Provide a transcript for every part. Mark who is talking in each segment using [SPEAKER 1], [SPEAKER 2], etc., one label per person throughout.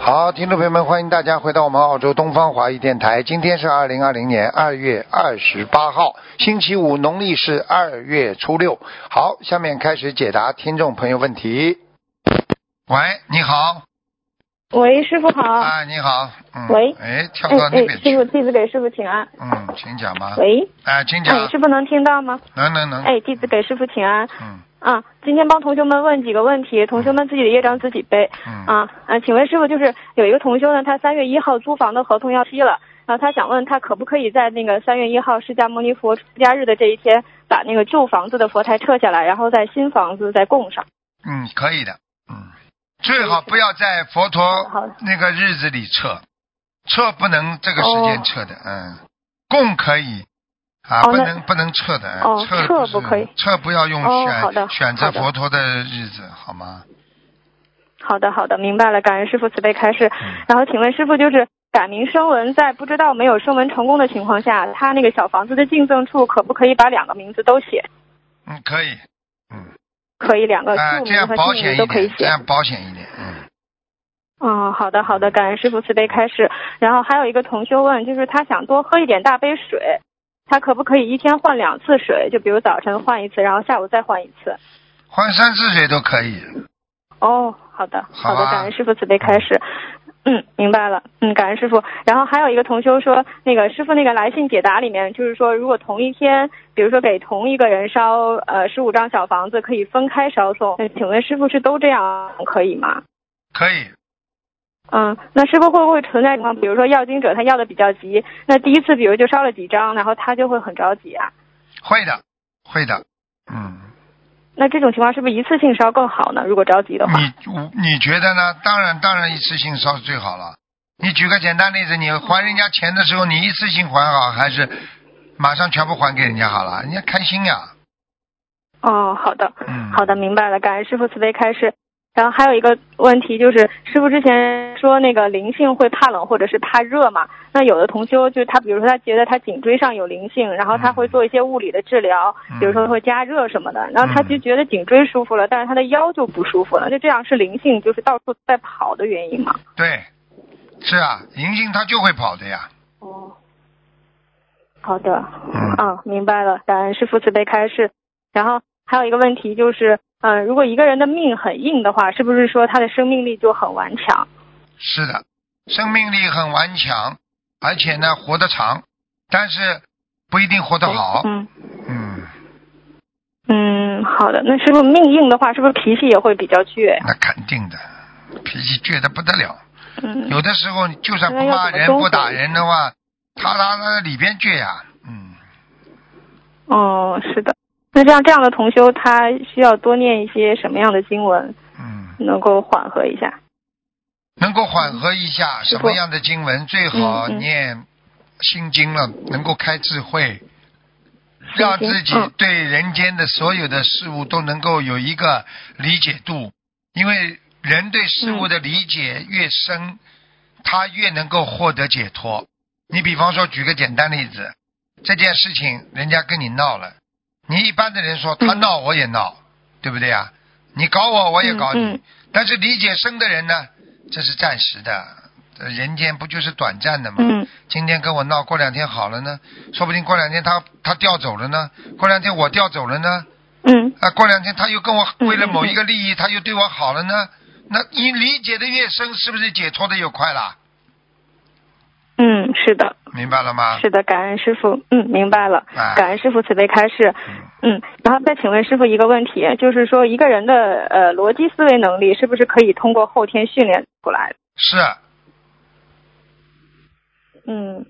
[SPEAKER 1] 好，听众朋友们，欢迎大家回到我们澳洲东方华语电台。今天是二零二零年二月二十八号，星期五，农历是二月初六。好，下面开始解答听众朋友问题。喂，你好，
[SPEAKER 2] 喂，师傅好。
[SPEAKER 1] 啊，你好，嗯，
[SPEAKER 2] 喂
[SPEAKER 1] 哎，跳
[SPEAKER 2] 哎
[SPEAKER 1] 到那
[SPEAKER 2] 哎，
[SPEAKER 1] 边
[SPEAKER 2] 师
[SPEAKER 1] 去，
[SPEAKER 2] 傅弟子给师傅请安。
[SPEAKER 1] 嗯，请讲吧，
[SPEAKER 2] 喂，
[SPEAKER 1] 啊，请
[SPEAKER 2] 哎，
[SPEAKER 1] 讲，
[SPEAKER 2] 师傅能听到吗？
[SPEAKER 1] 能能能，
[SPEAKER 2] 哎，弟子给师傅请安。
[SPEAKER 1] 嗯
[SPEAKER 2] 啊，今天帮同学们问几个问题，同学们自己的业障自己背。
[SPEAKER 1] 嗯，
[SPEAKER 2] 啊，嗯，请问师傅，就是有一个同修呢，他三月一号租房的合同要期了，然后他想问他可不可以在那个三月一号释迦牟尼佛出家日的这一天，把那个旧房子的佛台撤下来，然后在新房子再供上。
[SPEAKER 1] 嗯，可以的，嗯，最好不要在佛陀
[SPEAKER 2] 好的，
[SPEAKER 1] 那个日子里测，测不能这个时间测的，嗯，供可以啊，
[SPEAKER 2] 哦
[SPEAKER 1] 不
[SPEAKER 2] 那
[SPEAKER 1] 能不能测的，
[SPEAKER 2] 哦
[SPEAKER 1] 测
[SPEAKER 2] 测
[SPEAKER 1] 是
[SPEAKER 2] 不可以
[SPEAKER 1] 测不要用
[SPEAKER 2] 哦
[SPEAKER 1] 选、
[SPEAKER 2] 好的
[SPEAKER 1] 选择
[SPEAKER 2] 好的
[SPEAKER 1] 佛陀的日子，好吗？
[SPEAKER 2] 好的，好的，明白了，感恩师傅慈悲开示。
[SPEAKER 1] 嗯，
[SPEAKER 2] 然后请问师傅，就是改名声纹，在不知道没有声纹成功的情况下，他那个小房子的进赠处可不可以把两个名字都写？
[SPEAKER 1] 嗯，可以，嗯，
[SPEAKER 2] 可以，两个
[SPEAKER 1] 啊，这
[SPEAKER 2] 旧名
[SPEAKER 1] 样
[SPEAKER 2] 和
[SPEAKER 1] 保
[SPEAKER 2] 新
[SPEAKER 1] 险
[SPEAKER 2] 名
[SPEAKER 1] 一
[SPEAKER 2] 都可以
[SPEAKER 1] 点，这
[SPEAKER 2] 写。
[SPEAKER 1] 样保险一点，嗯，
[SPEAKER 2] 嗯，好的，好的，感恩师傅慈悲开示。然后还有一个同修问，就是他想多喝一点大杯水，他可不可以一天换两次水？就比如早晨换一次，然后下午再换一次。
[SPEAKER 1] 换三次水都可以，
[SPEAKER 2] 哦，好的，
[SPEAKER 1] 好
[SPEAKER 2] 好
[SPEAKER 1] 吧
[SPEAKER 2] 的，感恩师傅慈悲开始。嗯，明白了。嗯，感恩师傅。然后还有一个同修说，那个师傅那个来信解答里面，就是说，如果同一天，比如说给同一个人烧呃十五张小房子，可以分开烧送。那请问师傅是都这样可以吗？
[SPEAKER 1] 可以，
[SPEAKER 2] 嗯，那师傅会不会存在情况，比如说要经者他要的比较急，那第一次比如就烧了几张，然后他就会很着急啊？
[SPEAKER 1] 会的，会的，嗯。
[SPEAKER 2] 那这种情况是不是一次性烧更好呢？如果着急的话，
[SPEAKER 1] 你我你觉得呢？当然，当然，一次性烧最好了。你举个简单例子，你还人家钱的时候，你一次性还好，还是马上全部还给人家好了？人家开心呀。
[SPEAKER 2] 哦，好的，
[SPEAKER 1] 嗯，
[SPEAKER 2] 好的，。明白了，感恩师傅慈悲开示。然后还有一个问题就是，师傅之前说那个灵性会怕冷或者是怕热嘛？那有的同修就是他，比如说他觉得他颈椎上有灵性，然后他会做一些物理的治疗，比如说会加热什么的，然后他就觉得颈椎舒服了，但是他的腰就不舒服了，就这样是灵性就是到处在跑的原因吗？
[SPEAKER 1] 对，是啊，银杏它就会跑的呀。
[SPEAKER 2] 哦，好的，
[SPEAKER 1] 嗯
[SPEAKER 2] 啊，明白了，感恩师父慈悲开示。然后还有一个问题就是，嗯、如果一个人的命很硬的话，是不是说他的生命力就很顽强？
[SPEAKER 1] 是的，生命力很顽强，而且呢活得长，但是不一定活得好。
[SPEAKER 2] 嗯
[SPEAKER 1] 嗯，
[SPEAKER 2] 嗯，好的。那师傅命硬的话，是不是脾气也会比较倔？
[SPEAKER 1] 那肯定的，脾气倔得不得了。
[SPEAKER 2] 嗯，
[SPEAKER 1] 有的时候你就算不
[SPEAKER 2] 那要
[SPEAKER 1] 骂
[SPEAKER 2] 怎么
[SPEAKER 1] 人、
[SPEAKER 2] 中
[SPEAKER 1] 不
[SPEAKER 2] 和
[SPEAKER 1] 打人的话，他他他里边倔呀、嗯，
[SPEAKER 2] 哦，是的。那这样这样的同修，他需要多念一些什么样的经文，
[SPEAKER 1] 嗯，
[SPEAKER 2] 能够缓和一下？
[SPEAKER 1] 能够缓和一下
[SPEAKER 2] 师
[SPEAKER 1] 什
[SPEAKER 2] 父
[SPEAKER 1] 么样的经文最好
[SPEAKER 2] 嗯嗯
[SPEAKER 1] 念心经了，能够开智慧，让自己
[SPEAKER 2] 嗯
[SPEAKER 1] 对人间的所有的事物都能够有一个理解度，因为人对事
[SPEAKER 2] 嗯
[SPEAKER 1] 物的理解越深，他越能够获得解脱。你比方说，举个简单例子，这件事情人家跟你闹了，你一般的人说他
[SPEAKER 2] 嗯
[SPEAKER 1] 闹我也闹，对不对啊？你搞我我也搞你，
[SPEAKER 2] 嗯嗯
[SPEAKER 1] 但是理解深的人呢，这是暂时的，呃人间不就是短暂的吗？
[SPEAKER 2] 嗯
[SPEAKER 1] 今天跟我闹，过两天好了呢，说不定过两天他他调走了呢，过两天我调走了呢，
[SPEAKER 2] 嗯
[SPEAKER 1] 啊，过两天他又跟我
[SPEAKER 2] 嗯
[SPEAKER 1] 为了
[SPEAKER 2] 嗯
[SPEAKER 1] 某
[SPEAKER 2] 嗯
[SPEAKER 1] 一个利益，他又对我好了呢，那你理解的越深，是不是解脱的越快啦？
[SPEAKER 2] 嗯，是的。
[SPEAKER 1] 明白了吗？
[SPEAKER 2] 是的，感恩师傅，嗯，明白了
[SPEAKER 1] 啊，
[SPEAKER 2] 感恩师傅慈悲开示，嗯，然后再请问师傅一个问题，就是说一个人的呃逻辑思维能力是不是可以通过后天训练出来的？
[SPEAKER 1] 是，
[SPEAKER 2] 嗯，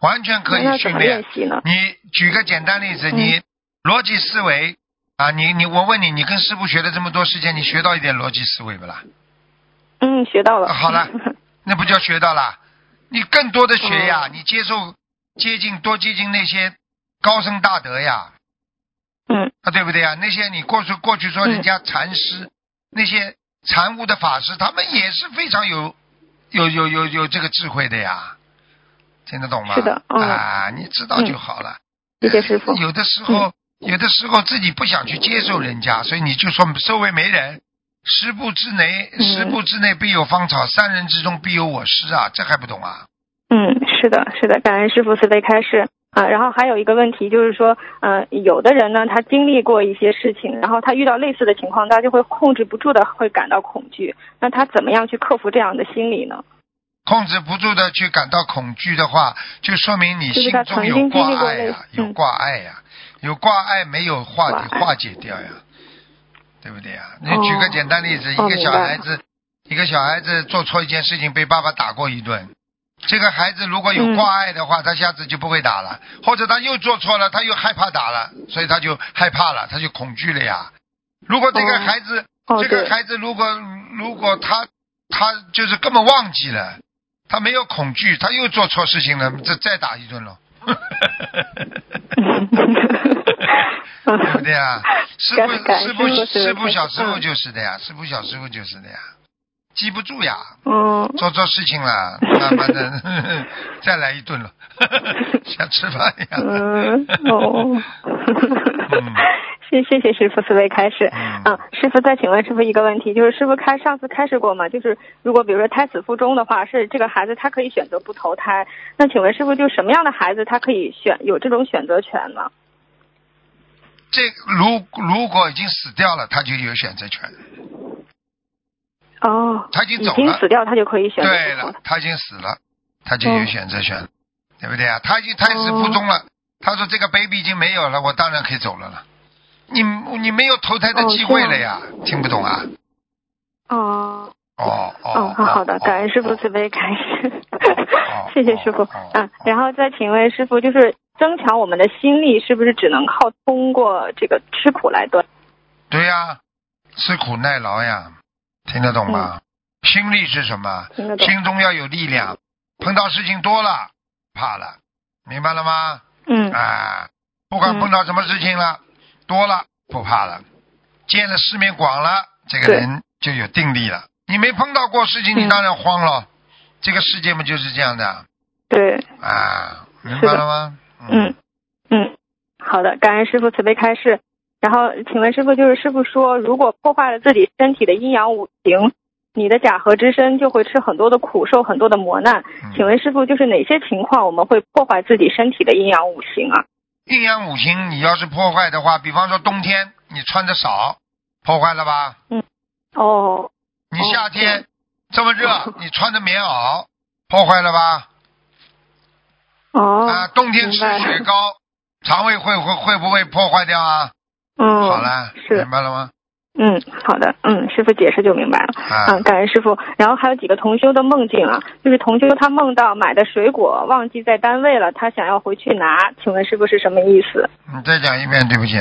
[SPEAKER 1] 完全可
[SPEAKER 2] 那
[SPEAKER 1] 以
[SPEAKER 2] 要怎
[SPEAKER 1] 训
[SPEAKER 2] 么
[SPEAKER 1] 练
[SPEAKER 2] 练。习呢？
[SPEAKER 1] 你举个简单例子，
[SPEAKER 2] 嗯
[SPEAKER 1] 你逻辑思维啊，你你我问你，你跟师傅学了这么多时间，你学到一点逻辑思维不啦？
[SPEAKER 2] 嗯，学到了。
[SPEAKER 1] 啊好了那不叫学到啦，你更多的学呀，
[SPEAKER 2] 嗯
[SPEAKER 1] 你接受接近多接近那些高僧大德呀，
[SPEAKER 2] 嗯
[SPEAKER 1] 啊，对不对啊？那些你过去过去说
[SPEAKER 2] 嗯
[SPEAKER 1] 人家禅师，那些禅悟的法师，他们也是非常有有有有有这个智慧的呀，听得懂吗？
[SPEAKER 2] 是的嗯
[SPEAKER 1] 啊，你知道就好了。
[SPEAKER 2] 谢谢师傅。嗯
[SPEAKER 1] 有的时候，有的时候自己不想去接受人家，所以你就说周围没人。十步之内，
[SPEAKER 2] 嗯
[SPEAKER 1] 十步之内必有芳草，三人之中必有我师啊！这还不懂啊？
[SPEAKER 2] 嗯，是的，是的，感恩师傅慈悲开示啊。然后还有一个问题就是说，呃，有的人呢，他经历过一些事情，然后他遇到类似的情况，他就会控制不住的会感到恐惧。那他怎么样去克服这样的心理呢？
[SPEAKER 1] 控制不住的去感到恐惧的话，就说明你
[SPEAKER 2] 就是
[SPEAKER 1] 心
[SPEAKER 2] 他
[SPEAKER 1] 中
[SPEAKER 2] 曾
[SPEAKER 1] 有
[SPEAKER 2] 经经历
[SPEAKER 1] 挂
[SPEAKER 2] 过
[SPEAKER 1] 碍
[SPEAKER 2] 类
[SPEAKER 1] 呀、
[SPEAKER 2] 似
[SPEAKER 1] 有
[SPEAKER 2] 嗯
[SPEAKER 1] 挂碍呀、有挂碍没有化解
[SPEAKER 2] 挂碍
[SPEAKER 1] 化解掉呀，对不对呀、你
[SPEAKER 2] 哦
[SPEAKER 1] 举个简单例子，
[SPEAKER 2] 哦
[SPEAKER 1] 一个
[SPEAKER 2] 明
[SPEAKER 1] 小
[SPEAKER 2] 白
[SPEAKER 1] 孩子，一个小孩子做错一件事情被爸爸打过一顿，这个孩子如果有
[SPEAKER 2] 嗯
[SPEAKER 1] 挂碍的话，他下次就不会打了，或者他又做错了，他又害怕打了，所以他就害怕了，他就恐惧了呀。如果这个
[SPEAKER 2] 哦
[SPEAKER 1] 孩子、
[SPEAKER 2] 哦，
[SPEAKER 1] 这个
[SPEAKER 2] 对，
[SPEAKER 1] 孩子如果如果他他就是根本忘记了，他没有恐惧，他又做错事情了，这再打一顿了。对 不对啊？师傅
[SPEAKER 2] 感
[SPEAKER 1] 师
[SPEAKER 2] 感
[SPEAKER 1] 傅
[SPEAKER 2] 师傅
[SPEAKER 1] 师傅
[SPEAKER 2] 是
[SPEAKER 1] 小师傅
[SPEAKER 2] 嗯
[SPEAKER 1] 就是的呀，师傅小师傅就是的呀，记不住呀，
[SPEAKER 2] 嗯，
[SPEAKER 1] 做错事情了，他妈的 再来一顿了， 想吃饭呀。
[SPEAKER 2] 嗯，哦，
[SPEAKER 1] 嗯
[SPEAKER 2] 谢谢谢师傅慈悲开示。
[SPEAKER 1] 嗯
[SPEAKER 2] 啊，师傅，再请问师傅一个问题，就是师傅开上次开示过嘛？就是如果比如说胎死腹中的话，是这个孩子他可以选择不投胎。那请问师傅，就什么样的孩子他可以选有这种选择权吗？
[SPEAKER 1] 这如如果已经死掉了，他就有选择权，
[SPEAKER 2] 哦，
[SPEAKER 1] 他已经
[SPEAKER 2] 已
[SPEAKER 1] 走
[SPEAKER 2] 经
[SPEAKER 1] 了。
[SPEAKER 2] 死掉他就可以选择
[SPEAKER 1] 对
[SPEAKER 2] 不投
[SPEAKER 1] 了
[SPEAKER 2] 胎。，
[SPEAKER 1] 他已经死了，他就有
[SPEAKER 2] 嗯
[SPEAKER 1] 选择权了，对不对啊？他已经胎死
[SPEAKER 2] 哦
[SPEAKER 1] 腹中了，他说这个 baby 已经没有了，我当然可以走了了。你你没有投胎的
[SPEAKER 2] 哦
[SPEAKER 1] 机
[SPEAKER 2] 这
[SPEAKER 1] 会
[SPEAKER 2] 样
[SPEAKER 1] 了呀，听不懂啊？
[SPEAKER 2] 哦，
[SPEAKER 1] 哦
[SPEAKER 2] 哦
[SPEAKER 1] 哦，，
[SPEAKER 2] 好好的，感恩师 傅
[SPEAKER 1] 哦
[SPEAKER 2] 慈悲开示
[SPEAKER 1] 哦，
[SPEAKER 2] 谢谢师傅
[SPEAKER 1] 哦哦
[SPEAKER 2] 啊。然后再请问师傅，就是增强我们的心力，是不是只能靠通过这个吃苦来锻？
[SPEAKER 1] 对呀、吃苦耐劳呀，听得懂吗？
[SPEAKER 2] 嗯
[SPEAKER 1] 心力是什么？
[SPEAKER 2] 听得懂？
[SPEAKER 1] 心中要有力量，碰到事情多了，怕了，明白了吗？
[SPEAKER 2] 嗯
[SPEAKER 1] 啊，不管
[SPEAKER 2] 嗯
[SPEAKER 1] 碰到什么事情了，多了不怕了，见了世面广了，这个
[SPEAKER 2] 对
[SPEAKER 1] 人就有定力了。你没碰到过事情，你
[SPEAKER 2] 嗯
[SPEAKER 1] 当然慌了。这个世界嘛就是这样的
[SPEAKER 2] 对，
[SPEAKER 1] 啊，明
[SPEAKER 2] 是
[SPEAKER 1] 白
[SPEAKER 2] 的
[SPEAKER 1] 了吗？
[SPEAKER 2] 嗯，嗯，好的，感恩师傅慈悲开示。然后，请问师傅，就是师傅说，如果破坏了自己身体的阴阳五行，你的假和之身就会吃很多的苦，受很多的磨难。
[SPEAKER 1] 嗯
[SPEAKER 2] 请问师傅，就是哪些情况我们会破坏自己身体的阴阳五行啊？
[SPEAKER 1] 阴阳五行，你要是破坏的话，比方说冬天你穿的少，破坏了吧？
[SPEAKER 2] 哦，
[SPEAKER 1] 你
[SPEAKER 2] 哦
[SPEAKER 1] 夏天、
[SPEAKER 2] 对
[SPEAKER 1] 这么热， 你穿的棉袄，破坏了吧？
[SPEAKER 2] 哦，
[SPEAKER 1] 啊，冬天吃
[SPEAKER 2] 明白
[SPEAKER 1] 雪糕，肠胃会会会不会破坏掉啊？
[SPEAKER 2] 嗯，
[SPEAKER 1] 好了，
[SPEAKER 2] 是
[SPEAKER 1] 明白了吗？
[SPEAKER 2] 嗯，好的，嗯，师傅解释就明白了。
[SPEAKER 1] 啊
[SPEAKER 2] 嗯，，感恩师傅。然后还有几个同修的梦境啊，就是同修他梦到买的水果忘记在单位了，他想要回去拿，请问师傅是什么意思？
[SPEAKER 1] 你再讲一遍，对不起。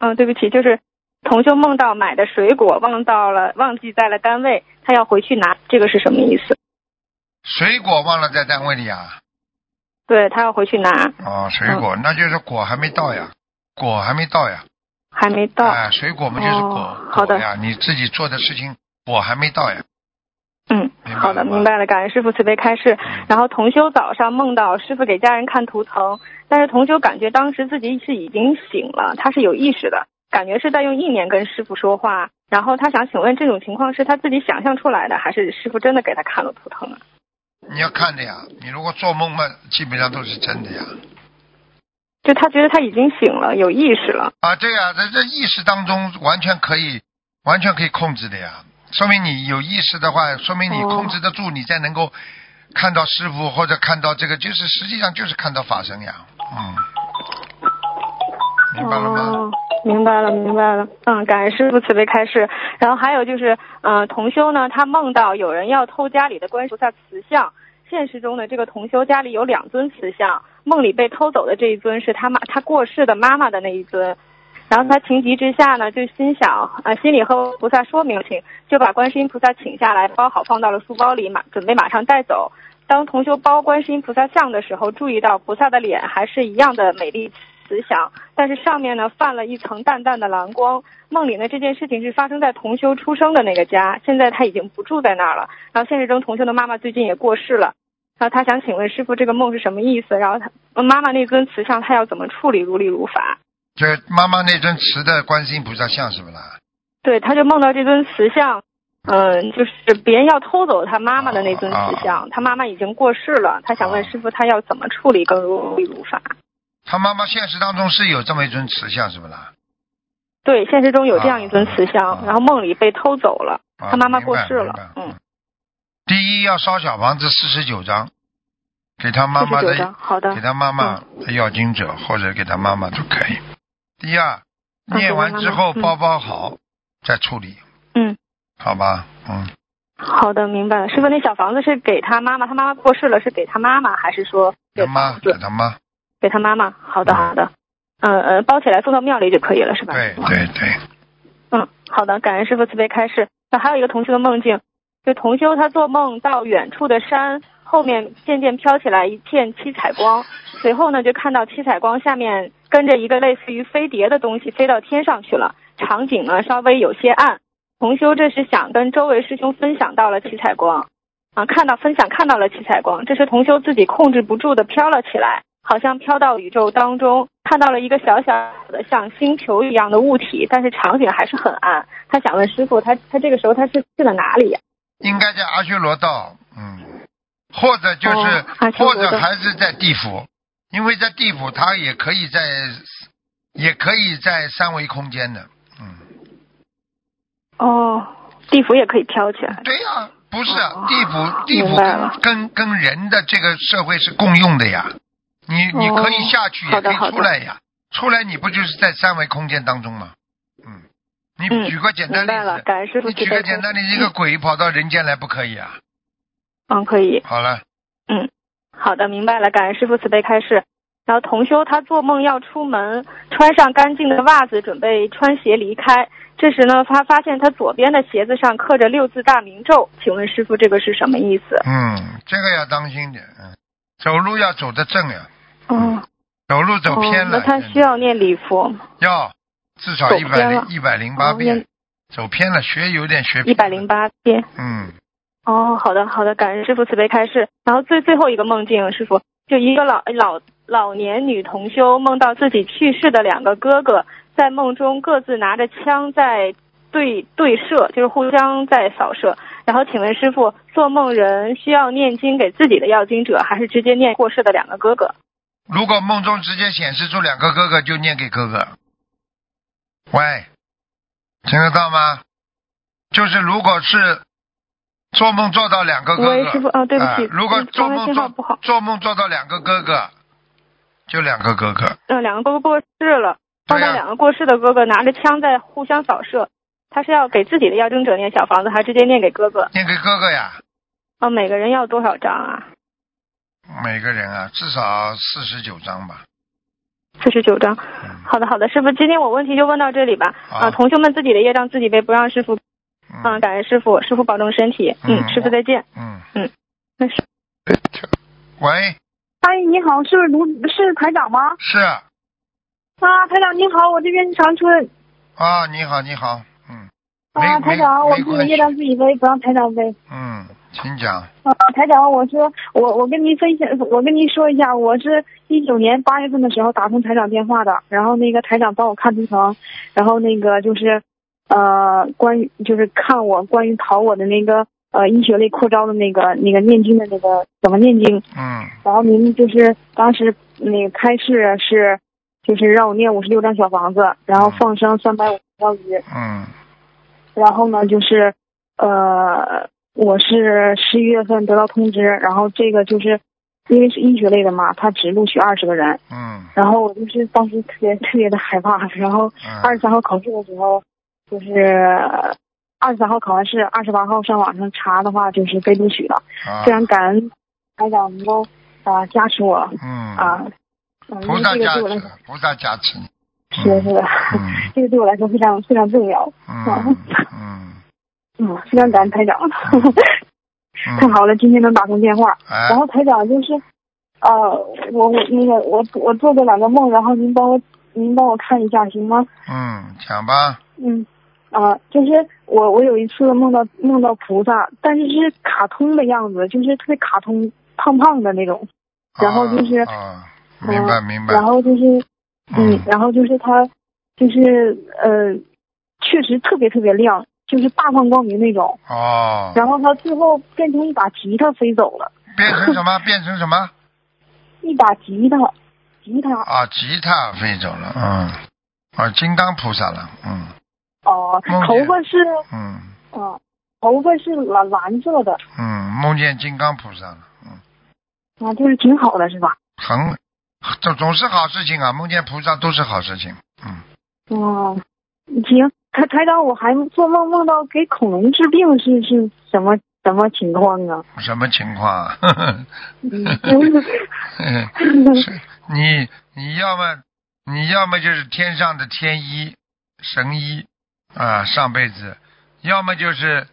[SPEAKER 2] 嗯，对不起，就是同修梦到买的水果忘到了，忘记在了单位，他要回去拿，这个是什么意思？
[SPEAKER 1] 水果忘了在单位里啊？
[SPEAKER 2] 对他要回去拿，
[SPEAKER 1] 哦，水果，
[SPEAKER 2] 嗯
[SPEAKER 1] 那就是果还没到呀，果还没到呀。
[SPEAKER 2] 还没到。
[SPEAKER 1] 啊，水果嘛就是果，
[SPEAKER 2] 哦好的
[SPEAKER 1] 果呀，你自己做的事情果还没到呀。
[SPEAKER 2] 嗯，
[SPEAKER 1] 明白
[SPEAKER 2] 好的，
[SPEAKER 1] 了吗
[SPEAKER 2] 明白了，感恩师傅慈悲开示。然后同修早上梦到师傅给家人看图腾，但是同修感觉当时自己是已经醒了，他是有意识的，感觉是在用意念跟师傅说话。然后他想请问，这种情况是他自己想象出来的，还是师傅真的给他看了图腾啊？
[SPEAKER 1] 你要看的呀，你如果做梦嘛，基本上都是真的呀。
[SPEAKER 2] 就他觉得他已经醒了，有意识了。
[SPEAKER 1] 啊，对呀、在这意识当中完全可以，完全可以控制的呀。说明你有意识的话，说明你
[SPEAKER 2] 哦
[SPEAKER 1] 控制得住，你才能够看到师傅或者看到这个，就是实际上就是看到法身呀。嗯，明白了吗？
[SPEAKER 2] 哦，明白了，明白了。嗯，感恩师傅慈悲开示。然后还有就是，嗯、同修呢，他梦到有人要偷家里的观世菩萨瓷像。现实中呢，这个同修家里有两尊瓷像，梦里被偷走的这一尊是他妈他过世的妈妈的那一尊。然后他情急之下呢，就心想，呃，心里和菩萨说明情，就把观世音菩萨请下来，包好放到了书包里，马准备马上带走。当同修包观世音菩萨像的时候，注意到菩萨的脸还是一样的美丽慈祥，但是上面呢泛了一层淡淡的蓝光。梦里呢这件事情是发生在同修出生的那个家，现在他已经不住在那儿了。然后现实中同修的妈妈最近也过世了，然后他想请问师傅这个梦是什么意思？然后他妈妈那尊慈像他要怎么处理，如理如法？
[SPEAKER 1] 这妈妈那尊瓷的观世音菩萨像是不啦？
[SPEAKER 2] 对，他就梦到这尊慈像，嗯、就是别人要偷走他妈妈的那尊慈像，
[SPEAKER 1] 哦
[SPEAKER 2] 他妈妈已经过世了，他想问师傅他要怎么处理更如理如法？
[SPEAKER 1] 他妈妈现实当中是有这么一尊瓷像是不啦？
[SPEAKER 2] 对，现实中有这样一尊慈像，
[SPEAKER 1] 啊啊
[SPEAKER 2] 然后梦里被偷走了，
[SPEAKER 1] 啊
[SPEAKER 2] 他妈妈过
[SPEAKER 1] 明白
[SPEAKER 2] 世了
[SPEAKER 1] 明白
[SPEAKER 2] 嗯
[SPEAKER 1] 第一要烧小房子四十九张，给他妈妈
[SPEAKER 2] 四十
[SPEAKER 1] 的
[SPEAKER 2] 九张，好的嗯
[SPEAKER 1] 给，他妈妈的要经者或者给他妈妈都可以。第二，
[SPEAKER 2] 嗯
[SPEAKER 1] 念完之后
[SPEAKER 2] 给他妈妈嗯
[SPEAKER 1] 包包好、再处理。
[SPEAKER 2] 嗯，
[SPEAKER 1] 好吧，嗯，
[SPEAKER 2] 好的，明白了。师傅，那小房子是给他妈妈，他妈妈过世了，是给他妈妈，还是说
[SPEAKER 1] 给
[SPEAKER 2] 给
[SPEAKER 1] 他妈
[SPEAKER 2] 房
[SPEAKER 1] 给
[SPEAKER 2] 子
[SPEAKER 1] 他妈，
[SPEAKER 2] 给他妈妈？好的，
[SPEAKER 1] 嗯
[SPEAKER 2] 好的，嗯呃，包起来送到庙里就可以了，是吧？
[SPEAKER 1] 对对对，
[SPEAKER 2] 嗯，好的，感恩师傅慈悲开示。那还有一个同修的梦境，就同修他做梦到远处的山后面渐渐飘起来一片七彩光，随后呢就看到七彩光下面跟着一个类似于飞碟的东西飞到天上去了，场景呢稍微有些暗。同修这时想跟周围师兄分享到了七彩光，啊，看到分享看到了七彩光，这时同修自己控制不住的飘了起来，好像飘到宇宙当中，看到了一个小小的像星球一样的物体，但是场景还是很暗。他想问师傅，他他这个时候他是去了哪里呀、
[SPEAKER 1] 应该在阿修罗道，嗯，或者就是、
[SPEAKER 2] 哦阿修
[SPEAKER 1] 或
[SPEAKER 2] 罗道
[SPEAKER 1] 者还是在地府，因为在地府他也可以在，也可以在三维空间的，嗯。
[SPEAKER 2] 哦，地府也可以飘起来。
[SPEAKER 1] 对呀、不是啊
[SPEAKER 2] 哦
[SPEAKER 1] 地府，地府
[SPEAKER 2] 明白了
[SPEAKER 1] 跟跟跟人的这个社会是共用的呀。你你可以下去，也
[SPEAKER 2] 哦好的
[SPEAKER 1] 可以
[SPEAKER 2] 好的
[SPEAKER 1] 出来呀。出来你不就是在三维空间当中吗？嗯，
[SPEAKER 2] 嗯
[SPEAKER 1] 你举个简单
[SPEAKER 2] 明白了，
[SPEAKER 1] 例子，
[SPEAKER 2] 感恩师傅
[SPEAKER 1] 你
[SPEAKER 2] 慈
[SPEAKER 1] 举
[SPEAKER 2] 悲
[SPEAKER 1] 个
[SPEAKER 2] 开
[SPEAKER 1] 简
[SPEAKER 2] 示。
[SPEAKER 1] 单例子，一个鬼跑到人间来不可以啊？
[SPEAKER 2] 嗯，可以。
[SPEAKER 1] 好了，
[SPEAKER 2] 好的，明白了，感恩师傅慈悲开示。然后同修他做梦要出门，穿上干净的袜子，准备穿鞋离开。这时呢，他发现他左边的鞋子上刻着六字大明咒，请问师傅这个是什么意思？
[SPEAKER 1] 嗯，这个要当心点，嗯，走路要走得正呀，
[SPEAKER 2] 嗯，
[SPEAKER 1] 走路走偏了，
[SPEAKER 2] 哦、那他
[SPEAKER 1] 真的
[SPEAKER 2] 需要念礼佛
[SPEAKER 1] 要至少
[SPEAKER 2] 走
[SPEAKER 1] 一百
[SPEAKER 2] 偏了
[SPEAKER 1] 零一百零八
[SPEAKER 2] 哦
[SPEAKER 1] 遍
[SPEAKER 2] 念，
[SPEAKER 1] 走偏了学有点学
[SPEAKER 2] 一
[SPEAKER 1] 偏
[SPEAKER 2] 百
[SPEAKER 1] 了
[SPEAKER 2] 零八遍。
[SPEAKER 1] 嗯，
[SPEAKER 2] 哦，好的好的，感恩师傅慈悲开示。然后最最后一个梦境，师傅就一个老老老年女同修梦到自己去世的两个哥哥，在梦中各自拿着枪在对对射，就是互相在扫射。然后请问师傅，做梦人需要念经给自己的要经者，还是直接念过世的两个哥哥？
[SPEAKER 1] 如果梦中直接显示出两个哥哥，就念给哥哥。喂，听得到吗？就是如果是做梦做到两个哥哥，
[SPEAKER 2] 喂，师傅，啊，对不
[SPEAKER 1] 哎
[SPEAKER 2] 起，
[SPEAKER 1] 如果
[SPEAKER 2] 嗯
[SPEAKER 1] 做
[SPEAKER 2] 刚才
[SPEAKER 1] 梦
[SPEAKER 2] 信
[SPEAKER 1] 做
[SPEAKER 2] 号不好，
[SPEAKER 1] 做梦做到两个哥哥，就两个哥哥。
[SPEAKER 2] 嗯、两个哥哥过世了，
[SPEAKER 1] 对
[SPEAKER 2] 梦
[SPEAKER 1] 啊
[SPEAKER 2] 到
[SPEAKER 1] 呀、
[SPEAKER 2] 两个过世的哥哥拿着枪在互相扫射。他是要给自己的要经者念小房子，还是直接念给哥哥？
[SPEAKER 1] 念给哥哥呀，
[SPEAKER 2] 哦，每个人要多少张啊？
[SPEAKER 1] 每个人啊，至少四十九张吧。
[SPEAKER 2] 四十九张。
[SPEAKER 1] 嗯，
[SPEAKER 2] 好的，好的，师傅，今天我问题就问到这里吧。
[SPEAKER 1] 好
[SPEAKER 2] 啊，同学们自己的业障自己背，不让师傅。啊，
[SPEAKER 1] 嗯
[SPEAKER 2] 感恩师傅，师傅保重身体。
[SPEAKER 1] 嗯
[SPEAKER 2] 嗯，师傅再见。
[SPEAKER 1] 嗯
[SPEAKER 2] 那是
[SPEAKER 1] 喂，
[SPEAKER 3] 哎，你好，是卢是台长吗？
[SPEAKER 1] 是
[SPEAKER 3] 啊，台长你好，我这边是长春。
[SPEAKER 1] 啊，你好，你好，嗯
[SPEAKER 3] 啊，
[SPEAKER 1] 没
[SPEAKER 3] 台长，
[SPEAKER 1] 没
[SPEAKER 3] 我
[SPEAKER 1] 没
[SPEAKER 3] 自
[SPEAKER 1] 关
[SPEAKER 3] 己
[SPEAKER 1] 系
[SPEAKER 3] 业障自己背，不让台长背。
[SPEAKER 1] 嗯，请讲。
[SPEAKER 3] 啊，台长，我说我我跟您分享，我跟您说一下，我是一九年八月份的时候打通台长电话的，然后那个台长帮我看图腾，然后那个就是，呃，关于就是看我关于考我的那个呃医学类扩招的那个那个念经的那个怎么念经，
[SPEAKER 1] 嗯
[SPEAKER 3] 然后您就是当时那个开示是，就是让我念五十六张小房子，然后放生三百五十条鱼，
[SPEAKER 1] 嗯
[SPEAKER 3] 然后呢就是，呃，我是十一月份得到通知，然后这个就是因为是医学类的嘛，他只录取二十个人，
[SPEAKER 1] 嗯
[SPEAKER 3] 然后我就是当时特别特别的害怕，然后二
[SPEAKER 1] 嗯
[SPEAKER 3] 十三号考试的时候，就是二十三号考完试，二十八号上网上查的话就是被录取了，
[SPEAKER 1] 啊
[SPEAKER 3] 非常感恩台长能够啊、加持我。
[SPEAKER 1] 嗯
[SPEAKER 3] 啊，嗯
[SPEAKER 1] 菩萨
[SPEAKER 3] 这个
[SPEAKER 1] 加
[SPEAKER 3] 对我来
[SPEAKER 1] 持
[SPEAKER 3] 说，
[SPEAKER 1] 菩萨加持你。
[SPEAKER 3] 是的，是的，
[SPEAKER 1] 嗯
[SPEAKER 3] 这个对我来说非常非常重要，
[SPEAKER 1] 嗯嗯
[SPEAKER 3] 嗯，非常感恩台长，
[SPEAKER 1] 嗯，
[SPEAKER 3] 太好了，今天能打通电话。
[SPEAKER 1] 哎
[SPEAKER 3] 然后台长就是，啊、我我那个我我做过两个梦，然后您帮我您帮我看一下行吗？
[SPEAKER 1] 嗯，讲吧，
[SPEAKER 3] 嗯，啊、就是我我有一次梦到梦到菩萨，但是是卡通的样子，就是特别卡通，胖胖的那种。然后就是
[SPEAKER 1] 啊，啊明白
[SPEAKER 3] 嗯
[SPEAKER 1] 明白，
[SPEAKER 3] 然后就是嗯，然后就是他就是呃，确实特别特别亮，就是大放光明那种。
[SPEAKER 1] 哦，
[SPEAKER 3] 然后他最后变成一把吉他飞走了，
[SPEAKER 1] 变成什么？变成什么？
[SPEAKER 3] 一把吉他，吉他
[SPEAKER 1] 啊，吉他飞走了，嗯，啊，金刚菩萨了，嗯
[SPEAKER 3] 哦、
[SPEAKER 1] 梦
[SPEAKER 3] 头
[SPEAKER 1] 见
[SPEAKER 3] 发是
[SPEAKER 1] 嗯
[SPEAKER 3] 啊、头发是蓝蓝色的
[SPEAKER 1] 嗯，梦见金刚菩萨了，嗯，
[SPEAKER 3] 啊，就是挺好的是吧？
[SPEAKER 1] 很，这总是好事情啊，梦见菩萨都是好事情，嗯，
[SPEAKER 3] 哦，行，台台长，我还做梦梦到给恐龙治病是是什么什么情况啊？
[SPEAKER 1] 什么情况啊？ 呵呵
[SPEAKER 3] 嗯
[SPEAKER 1] 嗯是你你要么你要么就是天上的天医神医啊，上辈子，要么就是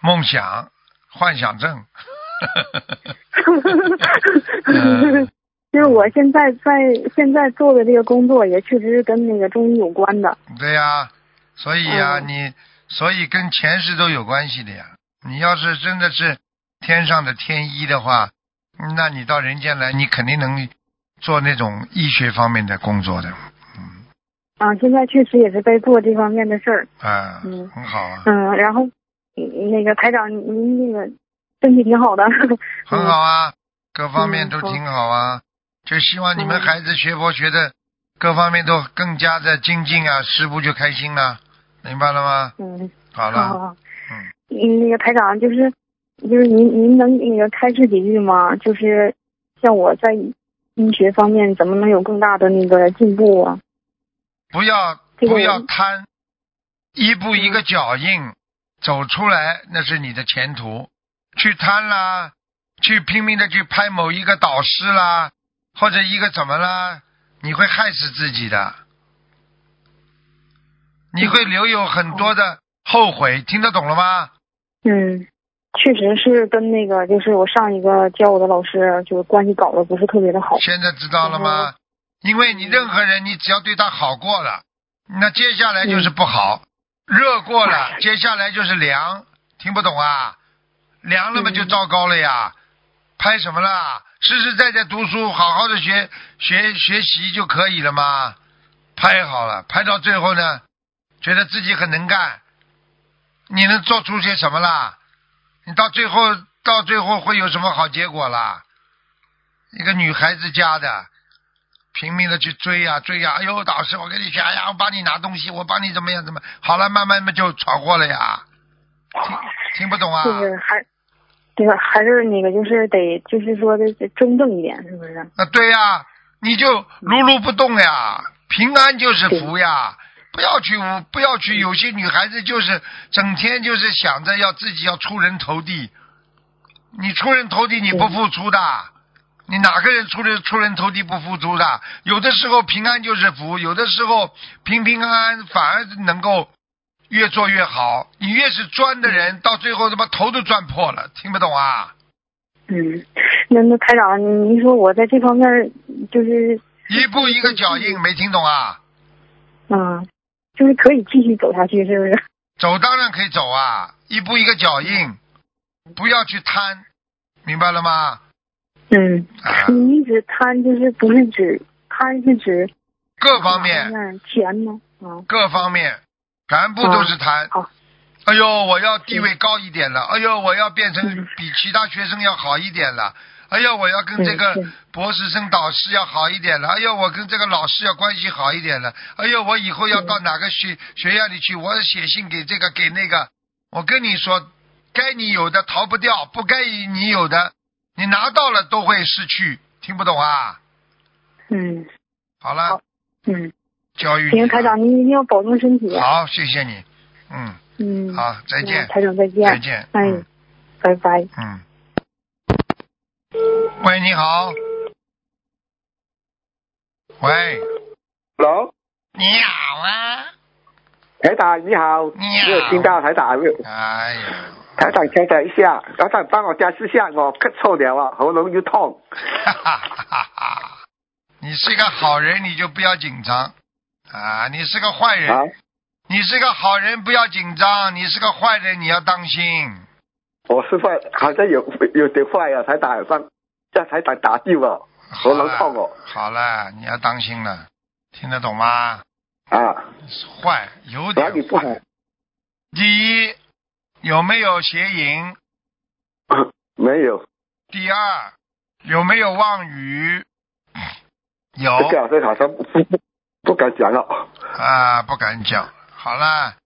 [SPEAKER 1] 梦想幻想症。嗯
[SPEAKER 3] 就是我现在在现在做的这个工作也确实是跟那个中医有关的。
[SPEAKER 1] 对呀、所以呀、
[SPEAKER 3] 嗯
[SPEAKER 1] 你所以跟前世都有关系的呀。你要是真的是天上的天医的话，那你到人间来，你肯定能做那种医学方面的工作的
[SPEAKER 3] 啊，现在确实也是在做这方面的事儿，
[SPEAKER 1] 啊，
[SPEAKER 3] 嗯
[SPEAKER 1] 很好啊，
[SPEAKER 3] 嗯，然后嗯那个台长，您那个身体挺好的，
[SPEAKER 1] 很好啊，各方面
[SPEAKER 3] 嗯
[SPEAKER 1] 都
[SPEAKER 3] 好
[SPEAKER 1] 挺好啊。就希望你们
[SPEAKER 3] 嗯
[SPEAKER 1] 孩子学佛学的各方面都更加的精进啊，师傅就开心了，明白了吗？
[SPEAKER 3] 嗯，
[SPEAKER 1] 好
[SPEAKER 3] 好
[SPEAKER 1] 了，
[SPEAKER 3] 好好，嗯，那个台长就是就是您您能那个开示几句吗？就是像我在医学方面怎么能有更大的那个进步啊？
[SPEAKER 1] 不要
[SPEAKER 3] 这个嗯
[SPEAKER 1] 不要贪，一步一个脚印，走出来那是你的前途。去贪啦，去拼命的去拍某一个导师啦，或者一个怎么啦，你会害死自己的，你会留有很多的后悔，听得懂了吗？
[SPEAKER 3] 嗯，确实是跟那个就是我上一个教我的老师就是关系搞得不是特别的好。
[SPEAKER 1] 现在知道了
[SPEAKER 3] 嗯
[SPEAKER 1] 吗？因为你任何人，你只要对他好过了，那接下来就是不好；热过了，接下来就是凉。听不懂啊？凉了嘛就糟糕了呀！拍什么啦？实实在在读书，好好的学学学习就可以了嘛。拍好了，拍到最后呢，觉得自己很能干，你能做出些什么啦？你到最后到最后会有什么好结果啦？一个女孩子家的，拼命的去追呀、追呀、哎呦，导师，我跟你讲哎呀，我帮你拿东西，我帮你怎么样怎么样，好了，慢慢慢就闯祸了呀，听听不懂啊？
[SPEAKER 3] 就是还，对吧？还是那个，就是得，就是说的中正一点，是不是？
[SPEAKER 1] 啊，对呀、你就如如不动呀，平安就是福呀。不要去，不要去。有些女孩子就是整天就是想着要自己要出人头地，你出人头地你不付出的，你哪个人出人出人头地不付出的？有的时候平安就是福，有的时候平平安安反而能够越做越好。你越是钻的人，到最后他妈头都钻破了，听不懂啊？
[SPEAKER 3] 嗯，那那台长，您您说我在这方面儿就是，
[SPEAKER 1] 一步一个脚印，没听懂啊？
[SPEAKER 3] 嗯，就是可以继续走下去，是不是？
[SPEAKER 1] 走当然可以走啊，一步一个脚印，不要去贪，明白了吗？
[SPEAKER 3] 嗯，
[SPEAKER 1] 啊，
[SPEAKER 3] 你一直贪，就是不是指贪是指
[SPEAKER 1] 各方
[SPEAKER 3] 哪
[SPEAKER 1] 面
[SPEAKER 3] 方面钱吗？啊，
[SPEAKER 1] 各方面全部都是贪。
[SPEAKER 3] 好
[SPEAKER 1] 哎呦，我要地位高一点了，哎呦，我要变成
[SPEAKER 3] 嗯
[SPEAKER 1] 比其他学生要好一点了，哎呦，我要跟这个
[SPEAKER 3] 对对
[SPEAKER 1] 博士生导师要好一点了，哎呦，我跟这个老师要关系好一点了，哎呦，我以后要
[SPEAKER 3] 对
[SPEAKER 1] 到哪个学学院里去，我写信给这个给那个，我跟你说，该你有的逃不掉，不该你有的，你拿到了都会失去，听不懂啊？
[SPEAKER 3] 嗯
[SPEAKER 1] 好了，
[SPEAKER 3] 好嗯，
[SPEAKER 1] 教育你
[SPEAKER 3] 行，
[SPEAKER 1] 了
[SPEAKER 3] 台长，您一定要保重身体。
[SPEAKER 1] 好，谢谢你，嗯，
[SPEAKER 3] 嗯，
[SPEAKER 1] 好，再见
[SPEAKER 3] 嗯，台长再见。
[SPEAKER 1] 再见，
[SPEAKER 3] 哎
[SPEAKER 1] 嗯。，
[SPEAKER 3] 拜拜。
[SPEAKER 1] 嗯。喂，你好。喂，
[SPEAKER 4] Hello，
[SPEAKER 1] 你好啊。
[SPEAKER 4] 台长你好，
[SPEAKER 1] 你好
[SPEAKER 4] 没有听到台长没有？
[SPEAKER 1] 哎呀，
[SPEAKER 4] 台长开导一下，台长帮我解释一下，我咳嗽了啊，喉咙又痛。
[SPEAKER 1] 哈哈哈哈！你是个好人，你就不要紧张啊！你是个坏人，
[SPEAKER 4] 啊，
[SPEAKER 1] 你是个好人，不要紧张；你是个坏人，你要当心。
[SPEAKER 4] 我是坏，好像有有点坏啊，台长帮叫台长打救我，
[SPEAKER 1] 好
[SPEAKER 4] 喉咙
[SPEAKER 1] 了，
[SPEAKER 4] 痛哦。
[SPEAKER 1] 好了，你要当心了，听得懂吗？
[SPEAKER 4] 啊，
[SPEAKER 1] 坏，有
[SPEAKER 4] 哪
[SPEAKER 1] 点
[SPEAKER 4] 里不好？
[SPEAKER 1] 第一，有没有邪淫？
[SPEAKER 4] 没有，
[SPEAKER 1] 第二，有没有妄语？嗯
[SPEAKER 4] 这
[SPEAKER 1] 有
[SPEAKER 4] 个好像好像不不不敢讲了。
[SPEAKER 1] 啊，不敢讲。好了，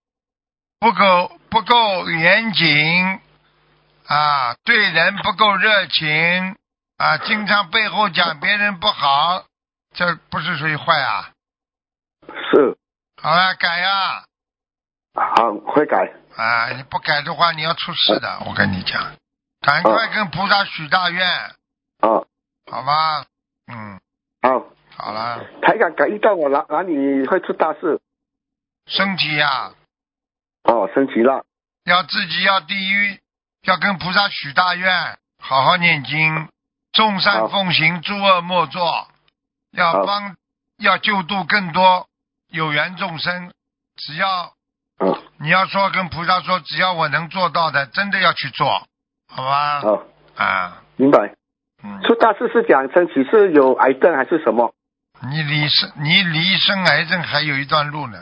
[SPEAKER 1] 不够不够严谨啊，对人不够热情啊，经常背后讲别人不好，这不是属于坏啊？
[SPEAKER 4] 是，
[SPEAKER 1] 好了，改呀、
[SPEAKER 4] 好，会改。
[SPEAKER 1] 啊！你不改的话，你要出事的，我跟你讲，赶快跟菩萨许大愿，
[SPEAKER 4] 啊，
[SPEAKER 1] 好吧？嗯，
[SPEAKER 4] 好，
[SPEAKER 1] 好了，
[SPEAKER 4] 台长感应到我哪哪里会出大事？
[SPEAKER 1] 身体呀、
[SPEAKER 4] 哦，升级了。
[SPEAKER 1] 要自己要第一，要跟菩萨许大愿，好好念经，众善
[SPEAKER 4] 好
[SPEAKER 1] 奉行，诸恶莫作，要
[SPEAKER 4] 好
[SPEAKER 1] 帮，要救度更多有缘众生。只要
[SPEAKER 4] 嗯，
[SPEAKER 1] 你要说跟菩萨说，只要我能做到的，真的要去做，好吧？
[SPEAKER 4] 好，
[SPEAKER 1] 啊，
[SPEAKER 4] 明白。
[SPEAKER 1] 嗯，
[SPEAKER 4] 出大事是讲身体是有癌症还是什么？
[SPEAKER 1] 你离生你离生癌症还有一段路呢，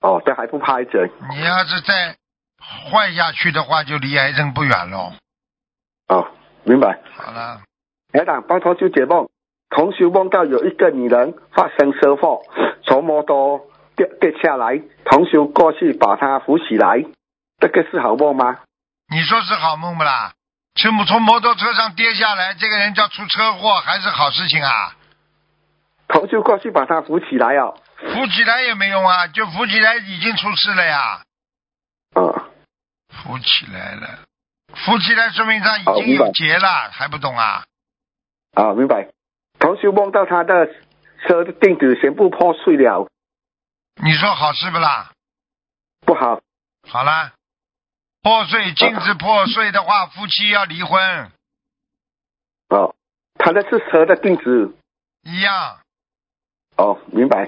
[SPEAKER 4] 哦，这还不怕癌症？
[SPEAKER 1] 你要是再坏下去的话，就离癌症不远喽。
[SPEAKER 4] 哦，明白。
[SPEAKER 1] 好了，
[SPEAKER 4] 台长帮同修解梦，同修梦到有一个女人发生车祸，从摩托掉跌下来，同修过去把她扶起来，这个是好梦吗？
[SPEAKER 1] 你说是好梦不啦？从从摩托车上跌下来，这个人叫出车祸还是好事情啊？
[SPEAKER 4] 同修过去把她扶起来哦，
[SPEAKER 1] 扶起来也没用啊，就扶起来已经出事了呀，
[SPEAKER 4] 嗯，
[SPEAKER 1] 扶起来了，扶起来说明他已
[SPEAKER 4] 好
[SPEAKER 1] 经
[SPEAKER 4] 明白
[SPEAKER 1] 有劫了，还不懂啊？
[SPEAKER 4] 啊，明白。同修梦到她的车钉子全部破碎了，
[SPEAKER 1] 你说好事不啦？
[SPEAKER 4] 不好，
[SPEAKER 1] 好啦，破碎镜子破碎的话，夫妻要离婚
[SPEAKER 4] 哦，她的是车的钉子，
[SPEAKER 1] 一样。
[SPEAKER 4] 哦，明白。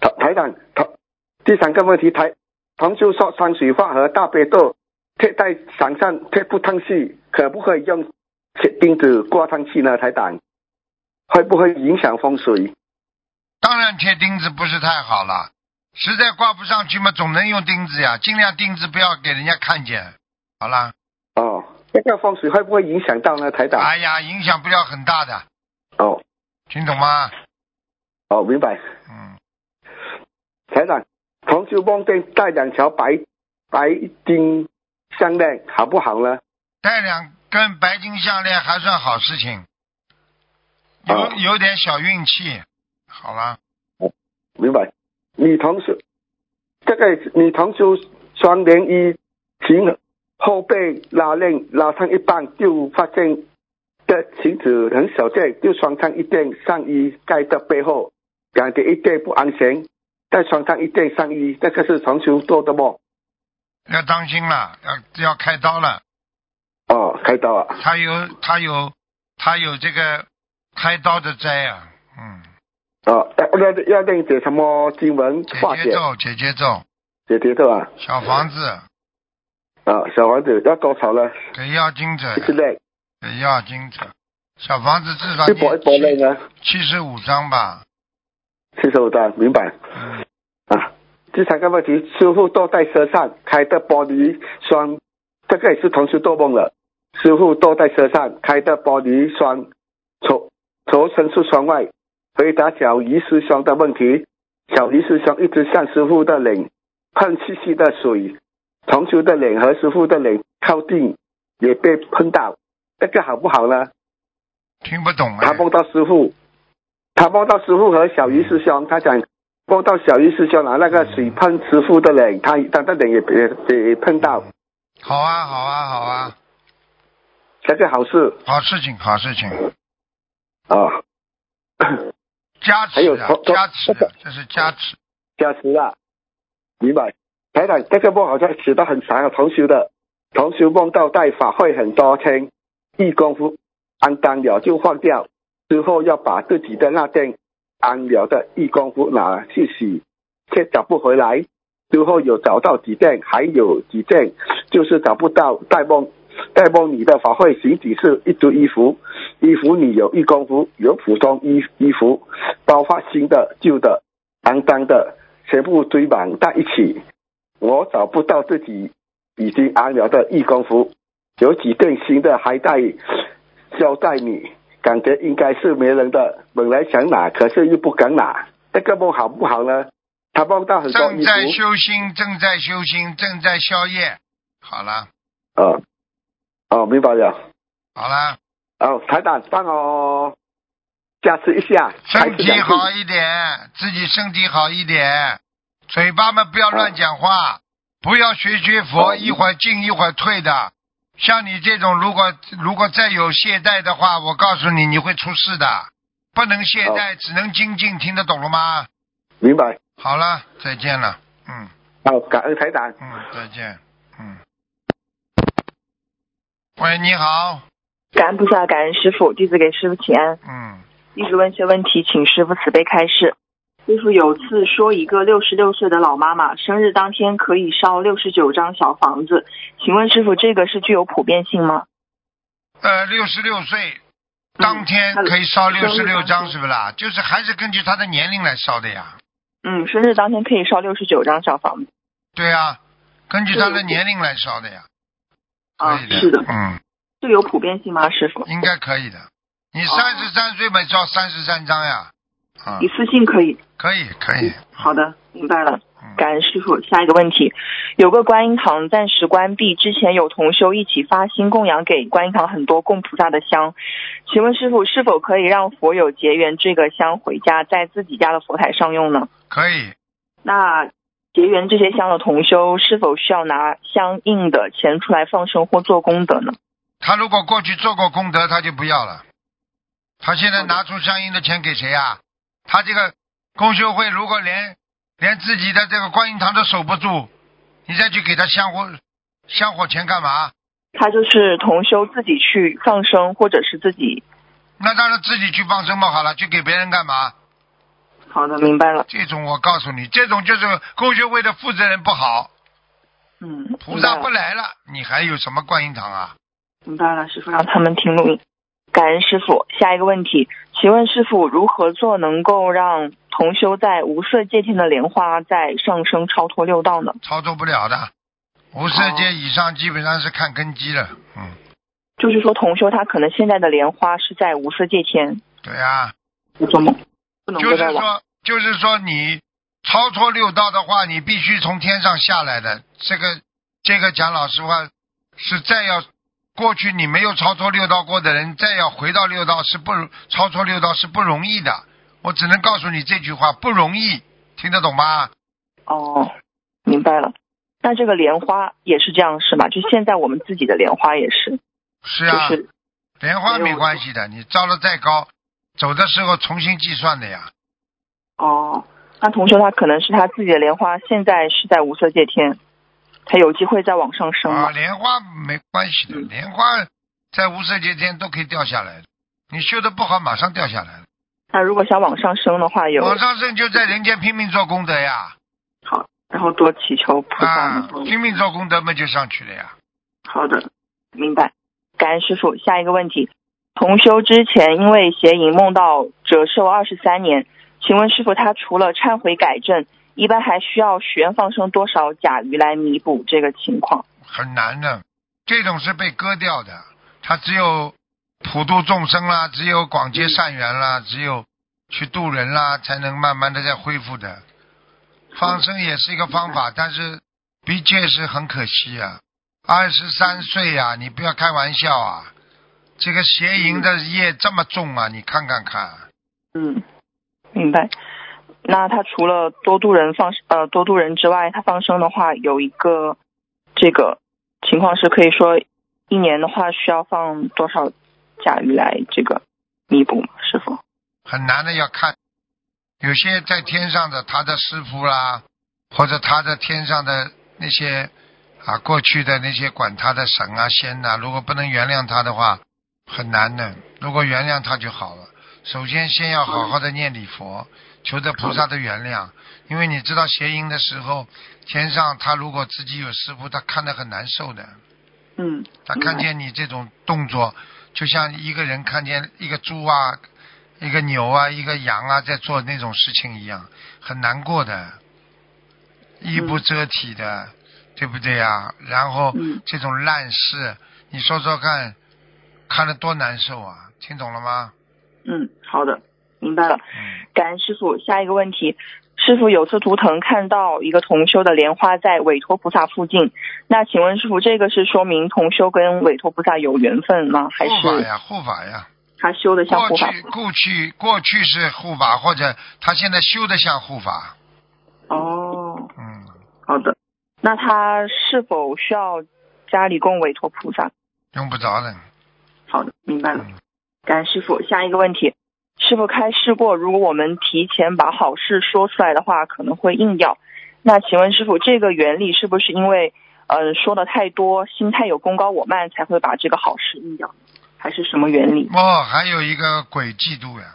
[SPEAKER 4] 台台长，台第三个问题，台同修说山水画和大悲咒贴在墙上贴不上去，可不可以用铁钉子挂上去呢？台长，会不会影响风水？
[SPEAKER 1] 当然贴钉子不是太好了，实在挂不上去嘛，总能用钉子呀，尽量钉子不要给人家看见。好啦。
[SPEAKER 4] 哦，这个风水会不会影响到呢？台长，
[SPEAKER 1] 哎呀，影响不了很大的，
[SPEAKER 4] 哦
[SPEAKER 1] 听懂吗？
[SPEAKER 4] 哦，明白。
[SPEAKER 1] 嗯，
[SPEAKER 4] 台长，同修梦见带两条白白金项链，好不好呢？
[SPEAKER 1] 带两根白金项链还算好事情，
[SPEAKER 4] 哦
[SPEAKER 1] 有有点小运气。好了，
[SPEAKER 4] 明白。女同学，这个女同学穿连衣裙后背拉链拉上一半，就发现的裙子很小件，就穿上一件上衣盖在背后，感觉一点不安全，再穿上一件上衣，这个是同学做的梦。
[SPEAKER 1] 要当心了，要要开刀了。
[SPEAKER 4] 哦，开刀啊！
[SPEAKER 1] 他有他有他有这个开刀的灾啊。嗯，
[SPEAKER 4] 哦，要要要练解什么经文
[SPEAKER 1] 姐
[SPEAKER 4] 化
[SPEAKER 1] 姐
[SPEAKER 4] 解
[SPEAKER 1] 咒，姐姐咒，
[SPEAKER 4] 解决的啊？
[SPEAKER 1] 小房子
[SPEAKER 4] 啊、小王子要高潮了，
[SPEAKER 1] 给药精者，
[SPEAKER 4] 之类，
[SPEAKER 1] 给药精者，小房子至少
[SPEAKER 4] 一波一波累呢，
[SPEAKER 1] 七十五张吧。
[SPEAKER 4] 七十五的，明白。
[SPEAKER 1] 嗯。
[SPEAKER 4] 啊，第三个问题，师傅坐在车上开的玻璃窗，这个也是同时做梦了。师傅坐在车上开的玻璃窗，头头伸出窗外，回答小鱼师兄的问题。小鱼师兄一直向师傅的脸喷气气的水，同学的脸和师傅的脸靠近，也被喷到，这个好不好呢？
[SPEAKER 1] 听不懂啊
[SPEAKER 4] 他！梦到师傅，他梦到师傅和小鱼师兄，他讲梦到小鱼师兄拿那个水喷师傅的脸，他他的脸也也也碰到，
[SPEAKER 1] 好啊，好啊，好啊。
[SPEAKER 4] 这个好事
[SPEAKER 1] 好事情，好事情，
[SPEAKER 4] 啊，
[SPEAKER 1] 加持
[SPEAKER 4] 还有
[SPEAKER 1] 的
[SPEAKER 4] 头，头
[SPEAKER 1] 加持的，这是加持。
[SPEAKER 4] 加持了，明白？台长，这个梦好像写到很长啊，同修的，同时梦到带法会很多天，一功夫安当了就放掉，之后要把自己的那件安了的义工服拿去洗，却找不回来。之后有找到几件，还有几件就是找不到。戴梦戴梦你的法会行几次？一堆衣服，衣服你有义工服，有普通衣衣服，包括新的、旧的、肮脏的，全部堆满在一起。我找不到自己已经安了的义工服，有几件新的还在交代你，感觉应该是没人的。本来想拿，可是又不敢拿。这个梦好不好呢？他梦到很多
[SPEAKER 1] 正
[SPEAKER 4] 衣
[SPEAKER 1] 在
[SPEAKER 4] 服，
[SPEAKER 1] 修心，正在修心，正在宵夜。好了，
[SPEAKER 4] 呃，哦，明白了。
[SPEAKER 1] 好了，
[SPEAKER 4] 哦，台长，帮我加持一下，还
[SPEAKER 1] 身
[SPEAKER 4] 是
[SPEAKER 1] 体
[SPEAKER 4] 两
[SPEAKER 1] 好
[SPEAKER 4] 句。
[SPEAKER 1] 一点，自己身体好一点，嘴巴嘛不要乱讲话，不要学学佛，
[SPEAKER 4] 哦
[SPEAKER 1] 一会儿进一会儿退的。像你这种，如果如果再有懈怠的话，我告诉你，你会出事的。不能懈怠，只能精进，听得懂了吗？
[SPEAKER 4] 明白。
[SPEAKER 1] 好了，再见了，嗯
[SPEAKER 4] 好，感恩台长。
[SPEAKER 1] 嗯，再见，嗯。喂，你好，
[SPEAKER 5] 感恩菩萨，感恩师傅，弟子给师傅请安。
[SPEAKER 1] 嗯，
[SPEAKER 5] 弟子问些问题，请师傅慈悲开示。师傅有次说，一个六十六岁的老妈妈生日当天可以烧六十九张小房子，请问师傅，这个是具有普遍性吗？
[SPEAKER 1] 呃，六十六岁，当天
[SPEAKER 5] 他的
[SPEAKER 1] 可以烧六
[SPEAKER 5] 生
[SPEAKER 1] 十
[SPEAKER 5] 日
[SPEAKER 1] 六
[SPEAKER 5] 嗯当
[SPEAKER 1] 张，
[SPEAKER 5] 天
[SPEAKER 1] 是不啦？就是还是根据他的年龄来烧的呀。
[SPEAKER 5] 嗯，生日当天可以烧六十九张小房子
[SPEAKER 1] 对啊，根据他的
[SPEAKER 5] 对
[SPEAKER 1] 年龄来烧的呀。
[SPEAKER 5] 啊，
[SPEAKER 1] 可以
[SPEAKER 5] 是的，
[SPEAKER 1] 嗯，
[SPEAKER 5] 具有普遍性吗？师傅，
[SPEAKER 1] 应该可以的。你
[SPEAKER 5] 哦
[SPEAKER 1] 三十三岁嘛，烧三十三张呀。啊、哎
[SPEAKER 5] 一次性可以
[SPEAKER 1] 可以可以。
[SPEAKER 5] 好的，明白了
[SPEAKER 1] 嗯。
[SPEAKER 5] 感恩师傅。下一个问题，有个观音堂暂时关闭，之前有同修一起发心供养给观音堂很多供菩萨的香，请问师傅是否可以让佛友结缘这个香回家，在自己家的佛台上用呢？
[SPEAKER 1] 可以，
[SPEAKER 5] 那结缘这些香的同修是否需要拿相应的钱出来放生或做功德呢？
[SPEAKER 1] 他如果过去做过功德，他就不要了。他现在
[SPEAKER 5] 好的
[SPEAKER 1] 拿出相应的钱给谁啊？他这个公修会如果连连自己的这个观音堂都守不住，你再去给他香火香火钱干嘛？
[SPEAKER 5] 他就是同修自己去放生，或者是自己。
[SPEAKER 1] 那当然自己去放生嘛，好了，去给别人干嘛？
[SPEAKER 5] 好的，明白了。
[SPEAKER 1] 这种我告诉你，这种就是公修会的负责人不好，
[SPEAKER 5] 嗯，
[SPEAKER 1] 菩
[SPEAKER 5] 明白
[SPEAKER 1] 萨
[SPEAKER 5] 了。
[SPEAKER 1] 不来了，你还有什么观音堂啊？
[SPEAKER 5] 明白了，师傅让他们听录音。感恩师傅。下一个问题，请问师傅如何做能够让同修在无色界天的莲花在上升超脱六道呢？
[SPEAKER 1] 操作不了的，无色界以上基本上是看根基了。嗯，
[SPEAKER 5] 就是说，同修他可能现在的莲花是在无色界天，
[SPEAKER 1] 对啊，
[SPEAKER 5] 我做梦不能
[SPEAKER 1] 就
[SPEAKER 5] 够
[SPEAKER 1] 是
[SPEAKER 5] 再往
[SPEAKER 1] 说，就是说你超脱六道的话，你必须从天上下来的。这个，这个讲老实话，是再要过去你没有超脱六道过的人，再要回到六道是不超脱六道是不容易的。我只能告诉你这句话，不容易，听得懂吗？
[SPEAKER 5] 哦，明白了。那这个莲花也是这样是吗？就现在我们自己的莲花也是，
[SPEAKER 1] 是啊，
[SPEAKER 5] 就是
[SPEAKER 1] 莲花
[SPEAKER 5] 没
[SPEAKER 1] 没
[SPEAKER 5] 有
[SPEAKER 1] 关系的，你造了再高，走的时候重新计算的呀。
[SPEAKER 5] 哦，那同修他可能是他自己的莲花现在是在无色界天，他有机会再往上升吗
[SPEAKER 1] 啊，？莲花没关系的，
[SPEAKER 5] 嗯
[SPEAKER 1] 莲花在无色界天都可以掉下来的。你修的不好，马上掉下来了。
[SPEAKER 5] 那如果想往上升的话，有
[SPEAKER 1] 往上升就在人间拼命做功德呀，
[SPEAKER 5] 好，然后多祈求菩萨
[SPEAKER 1] 啊
[SPEAKER 5] 能够。，
[SPEAKER 1] 拼命做功德嘛就上去了呀。
[SPEAKER 5] 好的，明白。感恩师傅。下一个问题，同修之前因为邪淫梦到折寿二十三年，请问师傅他除了忏悔改正，一般还需要许愿放生多少甲鱼来弥补这个情况？
[SPEAKER 1] 很难的，这种是被割掉的，他只有普度众生啦，只有广结善缘啦，只有去度人啦，才能慢慢的再恢复的。放生也是一个方法，但是的确是很可惜啊，二十三岁啊，你不要开玩笑啊，这个邪淫的业这么重啊，你看看看。
[SPEAKER 5] 嗯，明白。那他除了多度人放呃多度人之外，他放生的话有一个这个情况是可以说一年的话需要放多少甲鱼来这个弥补吗？师傅？
[SPEAKER 1] 很难的，要看有些在天上的他的师傅啦，或者他的天上的那些啊，过去的那些管他的神啊、仙呐、如果不能原谅他的话，很难的。如果原谅他就好了。首先，先要好好的念礼佛，求得菩萨的原谅。因为你知道邪淫的时候，天上他如果自己有师傅，他看得很难受的。
[SPEAKER 5] 嗯，
[SPEAKER 1] 他看见你这种动作，就像一个人看见一个猪啊、一个牛啊、一个羊啊在做那种事情一样，很难过的，衣不遮体的，对不对呀、然后
[SPEAKER 5] 嗯
[SPEAKER 1] 这种烂事，你说说看，看了多难受啊！听懂了吗？
[SPEAKER 5] 嗯，好的，明白了。
[SPEAKER 1] 嗯，
[SPEAKER 5] 感恩师傅。下一个问题，师傅有次图腾看到一个同修的莲花在韦陀菩萨附近，那请问师傅，这个是说明同修跟韦陀菩萨有缘分吗？还
[SPEAKER 1] 护法
[SPEAKER 5] 是
[SPEAKER 1] 呀，护法呀。
[SPEAKER 5] 他修的像
[SPEAKER 1] 过
[SPEAKER 5] 护法？
[SPEAKER 1] 去过去过去是护法，或者他现在修的像护法。
[SPEAKER 5] 哦，
[SPEAKER 1] 嗯，
[SPEAKER 5] 好的。那他是否需要家里供韦陀菩萨？
[SPEAKER 1] 用不着的。
[SPEAKER 5] 好的，明白了
[SPEAKER 1] 嗯。
[SPEAKER 5] 感恩师傅。下一个问题，师傅开示过，如果我们提前把好事说出来的话，可能会硬要。那请问师傅，这个原理是不是因为，呃，说的太多，心态有功高我慢，才会把这个好事硬要，还是什么原理？
[SPEAKER 1] 哦，还有一个鬼嫉妒呀。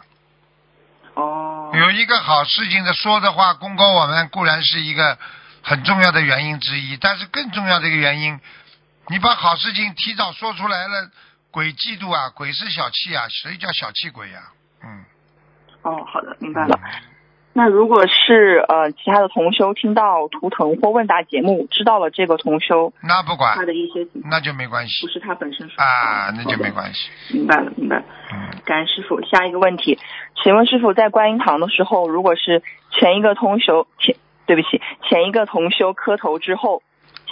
[SPEAKER 5] 哦
[SPEAKER 1] 有一个好事情的说的话，功高我们固然是一个很重要的原因之一，但是更重要的一个原因，你把好事情提早说出来了，鬼嫉妒啊，鬼是小气啊，谁叫小气鬼呀、嗯，
[SPEAKER 5] 哦，好的，明白了。那如果是呃其他的同修听到图腾或问答节目，知道了这个同修
[SPEAKER 1] 那不管
[SPEAKER 5] 他，的一些情
[SPEAKER 1] 那就没关
[SPEAKER 5] 不
[SPEAKER 1] 系
[SPEAKER 5] 是他本身说的
[SPEAKER 1] 啊，那就没关系。
[SPEAKER 5] 明白了，明白了。
[SPEAKER 1] 嗯，
[SPEAKER 5] 感恩师傅，下一个问题，请问师傅在观音堂的时候，如果是前一个同修前，对不起，前一个同修磕头之后，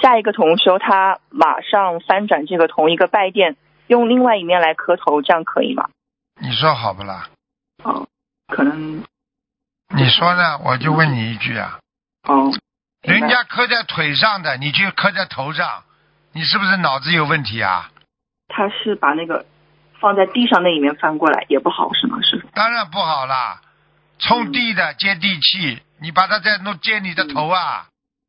[SPEAKER 5] 下一个同修他马上翻转这个同一个拜垫，用另外一面来磕头，这样可以吗？
[SPEAKER 1] 你说好不啦？
[SPEAKER 5] 哦，可能
[SPEAKER 1] 你说呢？我就问你一句啊，
[SPEAKER 5] 哦，明白
[SPEAKER 1] 人家磕在腿上的，你去磕在头上，你是不是脑子有问题啊？
[SPEAKER 5] 他是把那个放在地上那一面翻过来也不好是吗？师傅？
[SPEAKER 1] 当然不好啦，冲地
[SPEAKER 5] 嗯
[SPEAKER 1] 的接地气，你把它再弄接你的头啊，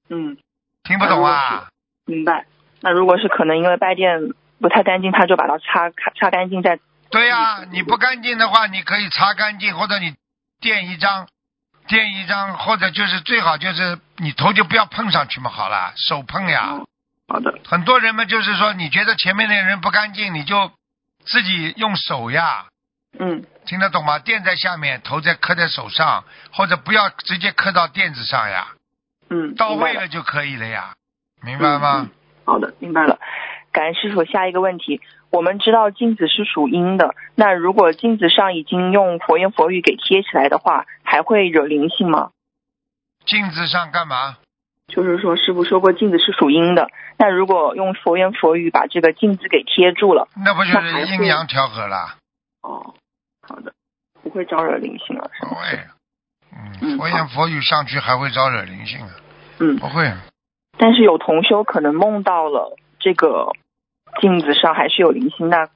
[SPEAKER 5] 嗯，
[SPEAKER 1] 听不懂
[SPEAKER 5] 哎
[SPEAKER 1] 啊？
[SPEAKER 5] 明白。那如果是可能因为拜垫不太干净，他就把它擦擦干净再
[SPEAKER 1] 对呀、你不干净的话，你可以擦干净，或者你垫一张，垫一张，或者就是最好就是你头就不要碰上去嘛，好了，手碰
[SPEAKER 5] 嗯
[SPEAKER 1] 呀。
[SPEAKER 5] 哦好的，
[SPEAKER 1] 很多人们就是说，你觉得前面那个人不干净，你就自己用手呀，
[SPEAKER 5] 嗯
[SPEAKER 1] 听得懂吗？垫在下面，头再磕在手上，或者不要直接磕到垫子上呀，
[SPEAKER 5] 嗯，
[SPEAKER 1] 到
[SPEAKER 5] 明白
[SPEAKER 1] 位了就可以了呀，明白吗？
[SPEAKER 5] 嗯嗯好的，明白了。感恩师傅，下一个问题，我们知道镜子是属阴的，那如果镜子上已经用佛言佛语给贴起来的话，还会惹灵性吗？
[SPEAKER 1] 镜子上干嘛？
[SPEAKER 5] 就是说，师傅说过镜子是属阴的，那如果用佛言佛语把这个镜子给贴住了，
[SPEAKER 1] 那不就是阴阳调和啦？
[SPEAKER 5] 哦，好的，不会招惹灵性了，是吗？
[SPEAKER 1] 喂，嗯，
[SPEAKER 5] 嗯
[SPEAKER 1] 佛言佛语上去还会招惹灵性啊？
[SPEAKER 5] 嗯，
[SPEAKER 1] 不会，
[SPEAKER 5] 但是有同修可能梦到了这个镜子上还是有灵性，那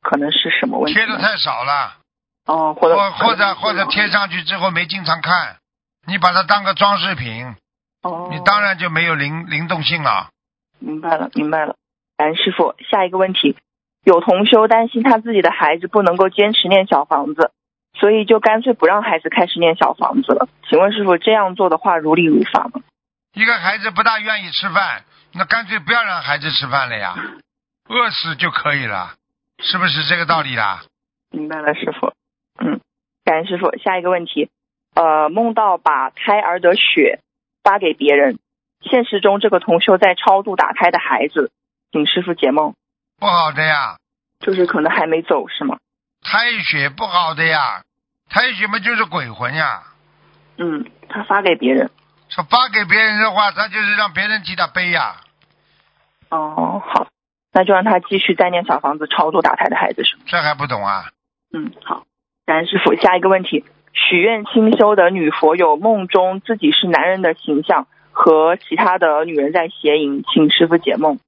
[SPEAKER 5] 可能是什么问题
[SPEAKER 1] 贴
[SPEAKER 5] 呢？
[SPEAKER 1] 的太少了，
[SPEAKER 5] 哦，或者
[SPEAKER 1] 或或者
[SPEAKER 5] 可
[SPEAKER 1] 或
[SPEAKER 5] 能是
[SPEAKER 1] 者贴上去之后没经常看，你把它当个装饰品，
[SPEAKER 5] 哦，
[SPEAKER 1] 你当然就没有灵灵动性了。
[SPEAKER 5] 明白了，明白了。感恩师傅，下一个问题，有同修担心他自己的孩子不能够坚持念小房子，所以就干脆不让孩子开始念小房子了。请问师傅，这样做的话如理如法吗？
[SPEAKER 1] 一个孩子不大愿意吃饭，那干脆不要让孩子吃饭了呀，饿死就可以了，是不是这个道理啦？
[SPEAKER 5] 明白了，师傅。嗯，感恩师傅。下一个问题，呃，梦到把胎儿的血发给别人，现实中这个同修在超度打胎的孩子，请师傅解梦，
[SPEAKER 1] 不好的呀，
[SPEAKER 5] 就是可能还没走是吗？
[SPEAKER 1] 胎血不好的呀，胎血嘛就是鬼魂呀。
[SPEAKER 5] 嗯，他发给别人。
[SPEAKER 1] 说发给别人的话，他就是让别人替他背呀、
[SPEAKER 5] 哦，好，那就让他继续再念小房子超度打胎的孩子是吗？
[SPEAKER 1] 这还不懂啊？
[SPEAKER 5] 嗯，好，感恩师傅。下一个问题，许愿清修的女佛友梦中自己是男人的形象和其他的女人在邪淫，请师傅解梦。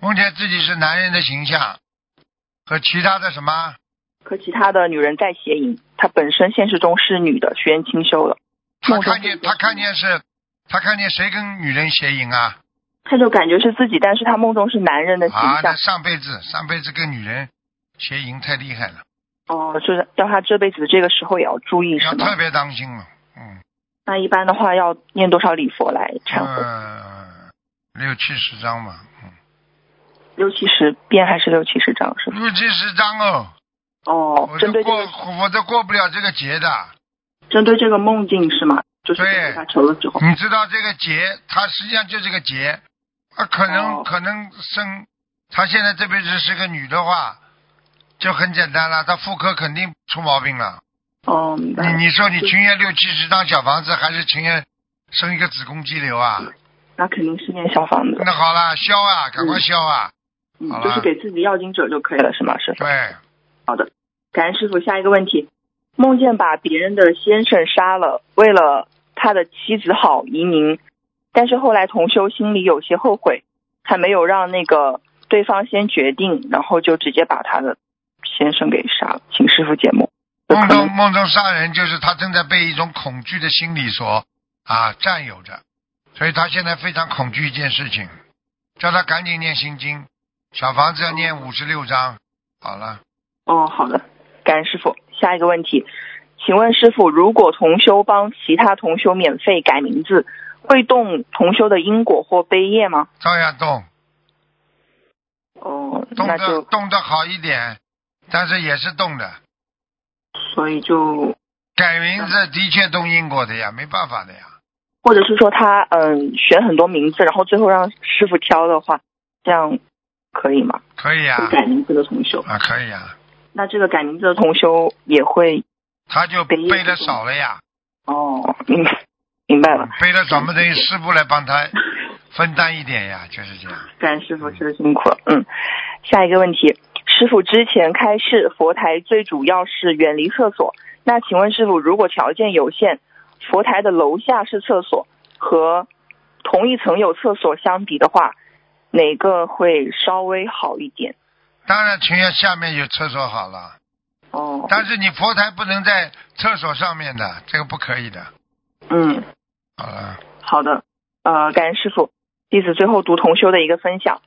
[SPEAKER 1] 梦见自己是男人的形象，和其他的什么？
[SPEAKER 5] 和其他的女人在邪淫，她本身现实中是女的，许愿清修了。
[SPEAKER 1] 他
[SPEAKER 5] 梦中
[SPEAKER 1] 看见
[SPEAKER 5] 自己
[SPEAKER 1] 他
[SPEAKER 5] 是
[SPEAKER 1] 看见是，他看见谁跟女人邪淫啊？
[SPEAKER 5] 他就感觉是自己，但是他梦中是男人的嗯形
[SPEAKER 1] 啊，
[SPEAKER 5] 象
[SPEAKER 1] 那。上辈子上辈子跟女人邪淫太厉害了，
[SPEAKER 5] 哦，就是要他这辈子这个时候也要注意，
[SPEAKER 1] 要
[SPEAKER 5] 是
[SPEAKER 1] 特
[SPEAKER 5] 吗？
[SPEAKER 1] 别当心了。嗯，
[SPEAKER 5] 那一般的话要念多少礼佛来忏悔？
[SPEAKER 1] 呃，六七十张吧，嗯，
[SPEAKER 5] 六七十遍还是六七十张？是吗？
[SPEAKER 1] 六七十张哦，
[SPEAKER 5] 哦
[SPEAKER 1] 我，
[SPEAKER 5] 针
[SPEAKER 1] 都
[SPEAKER 5] 对这
[SPEAKER 1] 过
[SPEAKER 5] 个
[SPEAKER 1] 我都过不了这个劫的。
[SPEAKER 5] 针对这个梦境是吗？就是
[SPEAKER 1] 对嗯
[SPEAKER 5] 给他求了之后，
[SPEAKER 1] 你知道这个劫，它实际上就是个劫，啊，可能、
[SPEAKER 5] 哦
[SPEAKER 1] 可能生，她现在这辈子是个女的话，就很简单了，她妇科肯定出毛病了。
[SPEAKER 5] 哦，明白
[SPEAKER 1] 你
[SPEAKER 5] 了。
[SPEAKER 1] 你说你
[SPEAKER 5] 就
[SPEAKER 1] 情愿六七十张小房子，还是情愿生一个子宫肌瘤啊？
[SPEAKER 5] 那肯定是念小房子，
[SPEAKER 1] 那好了，消啊，赶快消啊！
[SPEAKER 5] 嗯
[SPEAKER 1] 好，
[SPEAKER 5] 就
[SPEAKER 1] 吧
[SPEAKER 5] 是给自己要经者就可以了，是吗？师傅，
[SPEAKER 1] 对，
[SPEAKER 5] 好的，感恩师傅。下一个问题，梦见把别人的先生杀了，为了他的妻子好移民，但是后来同修心里有些后悔，他没有让那个对方先决定，然后就直接把他的先生给杀了，请师傅解梦。有
[SPEAKER 1] 梦
[SPEAKER 5] 可
[SPEAKER 1] 中
[SPEAKER 5] 能
[SPEAKER 1] 梦中杀人就是他正在被一种恐惧的心理所啊占有着，所以他现在非常恐惧一件事情，叫他赶紧念心经，小房子要念五十六章，好了，
[SPEAKER 5] 哦，好的，感恩师傅。下一个问题，请问师傅，如果同修帮其他同修免费改名字，会动同修的因果或悲业吗？
[SPEAKER 1] 照样动，
[SPEAKER 5] 哦，
[SPEAKER 1] 动
[SPEAKER 5] 那
[SPEAKER 1] 的
[SPEAKER 5] 就
[SPEAKER 1] 动的好一点，但是也是动的，
[SPEAKER 5] 所以就，
[SPEAKER 1] 改名字的确动因果的呀，没办法的呀，
[SPEAKER 5] 或者是说他嗯选很多名字，然后最后让师傅挑的话，这样可以吗？
[SPEAKER 1] 可以啊
[SPEAKER 5] 就，改名字的同修，
[SPEAKER 1] 啊可以啊，
[SPEAKER 5] 那这个改名字的同修也会
[SPEAKER 1] 他就
[SPEAKER 5] 背业
[SPEAKER 1] 背的
[SPEAKER 5] 这种
[SPEAKER 1] 少了呀，
[SPEAKER 5] 哦，明白明白了，
[SPEAKER 1] 背的少嘛等于师傅来帮他分担一点呀，就是这样。
[SPEAKER 5] 感恩师傅，确实辛苦了。嗯，下一个问题，师傅之前开示佛台最主要是远离厕所。那请问师傅，如果条件有限，佛台的楼下是厕所，和同一层有厕所相比的话，哪个会稍微好一点？
[SPEAKER 1] 当然情愿下面有厕所好了，
[SPEAKER 5] 哦，
[SPEAKER 1] 但是你佛台不能在厕所上面的，这个不可以的。
[SPEAKER 5] 嗯，
[SPEAKER 1] 好了，
[SPEAKER 5] 好的，呃，感恩师傅。弟子最后读同修的一个分享：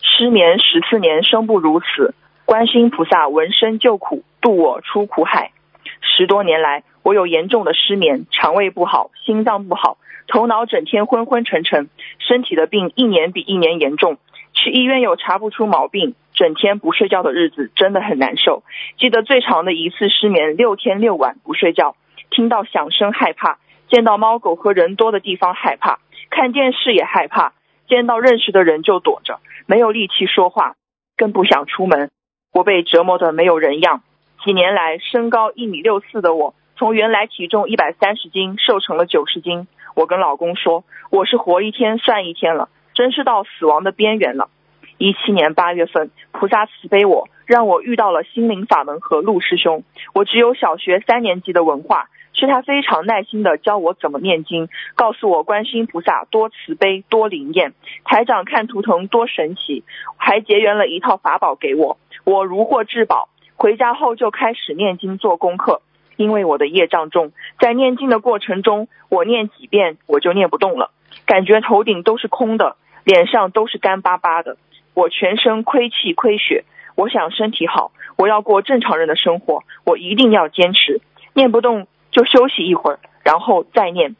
[SPEAKER 5] 失眠十四年，生不如死。观世音菩萨闻声救苦，渡我出苦海。十多年来，我有严重的失眠，肠胃不好，心脏不好，头脑整天昏昏沉沉，身体的病一年比一年严重。去医院又查不出毛病，整天不睡觉的日子真的很难受。记得最长的一次失眠，六天六晚不睡觉，听到响声害怕，见到猫狗和人多的地方害怕，看电视也害怕，见到认识的人就躲着，没有力气说话，更不想出门。我被折磨得没有人样。几年来，身高一米六四的我，从原来体重一百三十斤瘦成了九十斤。我跟老公说，我是活一天算一天了，真是到死亡的边缘了。一七年八月份，菩萨慈悲我，让我遇到了心灵法门和陆师兄。我只有小学三年级的文化，是他非常耐心的教我怎么念经，告诉我观世音菩萨多慈悲多灵验，台长看图腾多神奇，还结缘了一套法宝给我，我如获至宝。回家后就开始念经做功课，因为我的业障重，在念经的过程中，我念几遍我就念不动了，感觉头顶都是空的，脸上都是干巴巴的，我全身亏气亏血。我想身体好，我要过正常人的生活，我一定要坚持。念不动就休息一会儿，然后再念。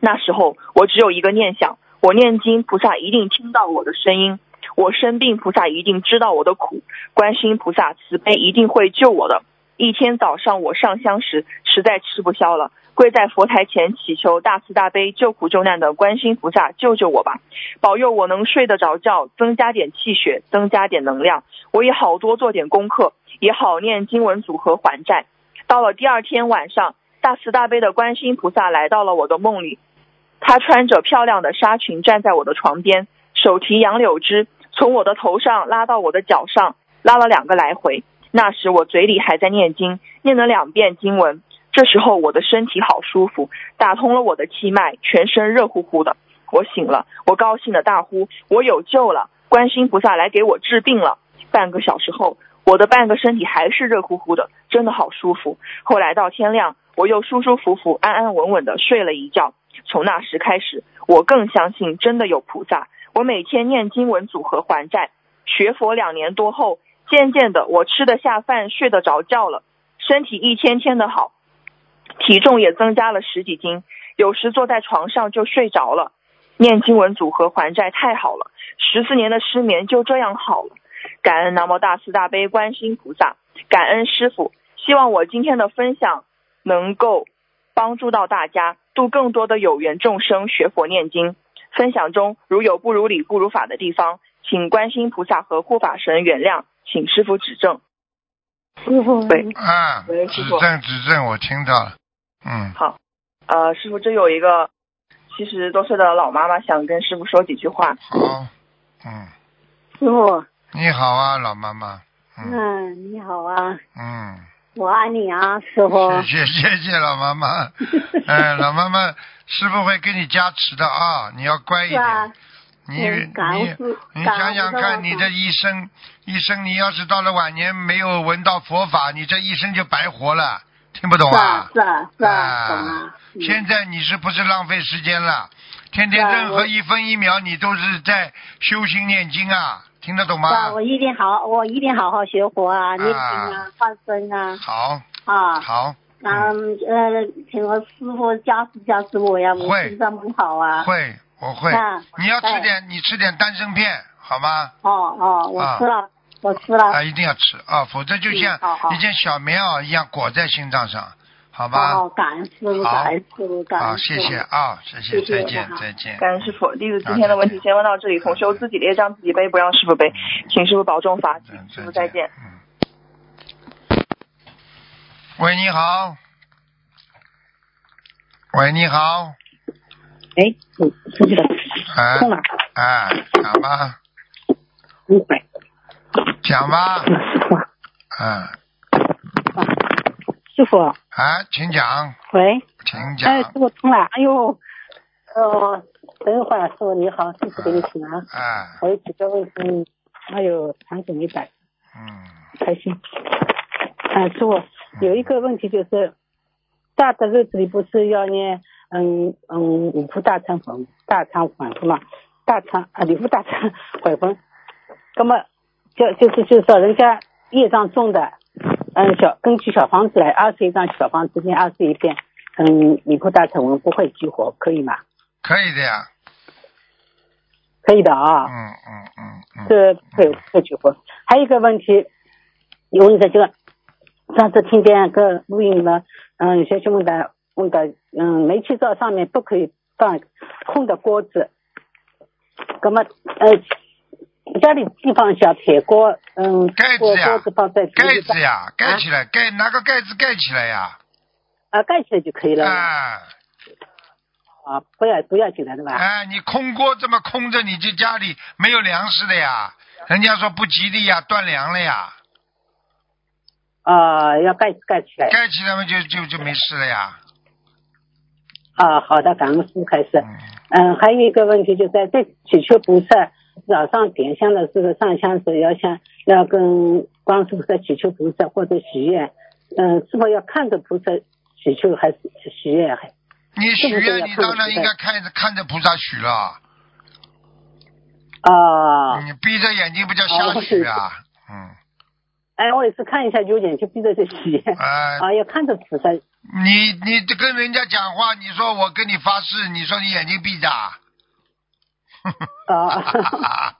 [SPEAKER 5] 那时候我只有一个念想：我念经，菩萨一定听到我的声音；我生病，菩萨一定知道我的苦；观世音菩萨慈悲，一定会救我的。一天早上，我上香时实在吃不消了，跪在佛台前祈求大慈大悲救苦救难的观世音菩萨救救我吧，保佑我能睡得着觉，增加点气血，增加点能量。我也好多做点功课，也好念经文组合还债。到了第二天晚上，大慈大悲的观世音菩萨来到了我的梦里，他穿着漂亮的纱裙站在我的床边，手提杨柳枝从我的头上拉到我的脚上，拉了两个来回。那时我嘴里还在念经，念了两遍经文。这时候我的身体好舒服，打通了我的气脉，全身热乎乎的。我醒了，我高兴的大呼：“我有救了！观世音菩萨来给我治病了！”半个小时后，我的半个身体还是热乎乎的，真的好舒服。后来到天亮，我又舒舒服服、安安稳稳的睡了一觉。从那时开始，我更相信真的有菩萨，我每天念经文组合还债。学佛两年多后，渐渐的我吃得下饭，睡得着觉了，身体一天天的好，体重也增加了十几斤，有时坐在床上就睡着了。念经文组合还债太好了，十四年的失眠就这样好了。感恩南无大慈大悲观世音菩萨，感恩师傅。希望我今天的分享能够帮助到大家，度更多的有缘众生学佛念经。分享中如有不如理、不如法的地方，请观世音菩萨和护法神原谅，请师傅指正。
[SPEAKER 3] 师傅，
[SPEAKER 5] 喂
[SPEAKER 1] 啊，
[SPEAKER 5] 喂
[SPEAKER 1] 指
[SPEAKER 5] 师傅
[SPEAKER 1] 正指正，我听到了，嗯，
[SPEAKER 5] 好，呃，师傅，这有一个七十多岁的老妈妈想跟师傅说几句话。
[SPEAKER 1] 好，嗯，
[SPEAKER 6] 师傅，
[SPEAKER 1] 你好啊，老妈妈，嗯
[SPEAKER 6] 嗯，你好啊，
[SPEAKER 1] 嗯，
[SPEAKER 6] 我爱你啊，师傅。
[SPEAKER 1] 谢谢谢谢老妈妈， 哎，老妈妈，师傅会给你加持的啊，你要乖一
[SPEAKER 6] 是啊
[SPEAKER 1] 点，，你
[SPEAKER 6] 嗯感
[SPEAKER 1] 你
[SPEAKER 6] 恩师，
[SPEAKER 1] 你
[SPEAKER 6] 感
[SPEAKER 1] 想
[SPEAKER 6] 恩
[SPEAKER 1] 想
[SPEAKER 6] 师
[SPEAKER 1] 看，
[SPEAKER 6] 父
[SPEAKER 1] 你的一生，一生你要是到了晚年没有闻到佛法，你这一生就白活了，听不懂
[SPEAKER 6] 是
[SPEAKER 1] 啊
[SPEAKER 6] 啊？是啊是啊，
[SPEAKER 1] 啊
[SPEAKER 6] 懂啊。嗯
[SPEAKER 1] 现在你是不是浪费时间了？天天
[SPEAKER 6] 是啊
[SPEAKER 1] 任何
[SPEAKER 6] 我
[SPEAKER 1] 一分一秒你都是在修心念经啊，听得懂
[SPEAKER 6] 是啊，
[SPEAKER 1] 吗？
[SPEAKER 6] 我一定好，我一定好好学佛啊，念经
[SPEAKER 1] 啊
[SPEAKER 6] 啊，放生啊，
[SPEAKER 1] 好，
[SPEAKER 6] 啊，
[SPEAKER 1] 好，
[SPEAKER 6] 嗯呃，请我师傅加持加持我呀，我
[SPEAKER 1] 会
[SPEAKER 6] 心脏不好啊。
[SPEAKER 1] 会，我会
[SPEAKER 6] 啊。
[SPEAKER 1] 你要吃
[SPEAKER 6] 对
[SPEAKER 1] 点，你吃点丹参片，好吗？
[SPEAKER 6] 哦哦，我
[SPEAKER 1] 啊
[SPEAKER 6] 吃了，我吃了。
[SPEAKER 1] 啊，一定要吃啊，否则就像
[SPEAKER 6] 嗯好好
[SPEAKER 1] 一件小棉袄一样裹在心脏上，好吧
[SPEAKER 6] 哦，？感恩师傅，
[SPEAKER 1] 好
[SPEAKER 6] 感恩师傅，感
[SPEAKER 1] 好，
[SPEAKER 6] 恩师
[SPEAKER 1] 谢
[SPEAKER 6] 傅。
[SPEAKER 1] 谢啊，谢
[SPEAKER 6] 谢谢
[SPEAKER 1] 再见，
[SPEAKER 6] 好
[SPEAKER 1] 再见。
[SPEAKER 5] 感恩师傅，弟子今天的问题先问到这里，同修自己列账自己背，不让师傅背，请师傅保重法体，师傅再见。。
[SPEAKER 1] 嗯。喂，你好。喂，你好。
[SPEAKER 7] 哎，我出去了，
[SPEAKER 1] 哎
[SPEAKER 7] 空了，
[SPEAKER 1] 哎，讲吧，
[SPEAKER 7] 五百，
[SPEAKER 1] 讲吧，
[SPEAKER 7] 师傅啊，
[SPEAKER 1] 嗯，
[SPEAKER 7] 师傅，
[SPEAKER 1] 哎，请讲，
[SPEAKER 7] 喂，
[SPEAKER 1] 请
[SPEAKER 7] 哎，
[SPEAKER 1] 讲
[SPEAKER 7] 师，傅通了，哎呦，呃，等一会儿，师傅你好，弟子给你请安，
[SPEAKER 1] 哎，
[SPEAKER 7] 还有几个问题，还有长久没打，
[SPEAKER 1] 嗯，
[SPEAKER 7] 开心。啊，师傅有一个问题就是，大的日子里不是要念嗯嗯五部大忏悔，大忏悔符嘛，大忏啊礼部大忏悔符，那么就就是就是说人家业障重的，嗯小根据小房子来二十一张小房子念二十一遍，嗯礼部大忏文不会激活，可以吗？
[SPEAKER 1] 可以的呀，
[SPEAKER 7] 可以的啊。
[SPEAKER 1] 嗯嗯嗯嗯，
[SPEAKER 7] 这对这句话。还有一个问题，有问的这个，上次听见个录音呢，嗯，有些兄弟们问的，嗯，煤气灶上面不可以放空的锅子，那么呃，家里既放小铁锅，嗯，
[SPEAKER 1] 盖子
[SPEAKER 7] 锅
[SPEAKER 1] 呀
[SPEAKER 7] 锅子放在
[SPEAKER 1] 盖
[SPEAKER 7] 上
[SPEAKER 1] 子呀，盖起来，盖拿个盖子盖起来呀，
[SPEAKER 7] 啊，盖起来就可以了
[SPEAKER 1] 哎
[SPEAKER 7] 啊，不要不要紧的是吧？
[SPEAKER 1] 哎，你空锅这么空着，你这家里没有粮食的呀，人家说不吉利呀，断粮了呀，
[SPEAKER 7] 啊，要盖盖起来
[SPEAKER 1] 盖起来嘛就就就没事了呀，
[SPEAKER 7] 啊，好的，感恩师傅开始。
[SPEAKER 1] 嗯，
[SPEAKER 7] 嗯，还有一个问题就是在在祈求菩萨早上点香的时候上香时候要想要跟观世菩萨祈求菩萨或者许愿，嗯，是否要看着菩萨祈求还是许愿还？
[SPEAKER 1] 你许
[SPEAKER 7] 这个
[SPEAKER 1] 愿
[SPEAKER 7] 要
[SPEAKER 1] 你
[SPEAKER 7] 看着
[SPEAKER 1] 当然
[SPEAKER 7] 菩
[SPEAKER 1] 应
[SPEAKER 7] 萨
[SPEAKER 1] 该看着看着菩萨许了，
[SPEAKER 7] 啊，
[SPEAKER 1] 你闭着眼睛不叫瞎
[SPEAKER 7] 哦
[SPEAKER 1] 许
[SPEAKER 7] 是
[SPEAKER 1] 啊，嗯，
[SPEAKER 7] 哎，我也是看一下有眼睛闭着就许愿
[SPEAKER 1] 哎，
[SPEAKER 7] 啊，要看着菩萨
[SPEAKER 1] 你你这跟人家讲话，你说我跟你发誓，你说你眼睛闭着啊，
[SPEAKER 7] 啊。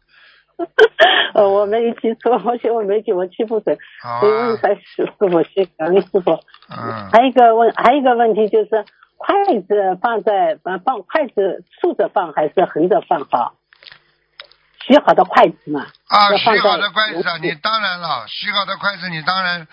[SPEAKER 7] 呃，我没记错，而且我没记，我记不准，
[SPEAKER 1] 好
[SPEAKER 7] 所以问一
[SPEAKER 1] 吧
[SPEAKER 7] 下，师傅，谢谢感恩师傅。
[SPEAKER 1] 嗯，
[SPEAKER 7] 还有一个问，还有一个问题就是，筷子放在呃放筷子竖着放还是横着放好？洗好的筷子嘛，
[SPEAKER 1] 啊，
[SPEAKER 7] 要放
[SPEAKER 1] 洗好
[SPEAKER 7] 在
[SPEAKER 1] 的筷 子啊，
[SPEAKER 7] 嗯
[SPEAKER 1] 你当然了，洗好的筷子你当然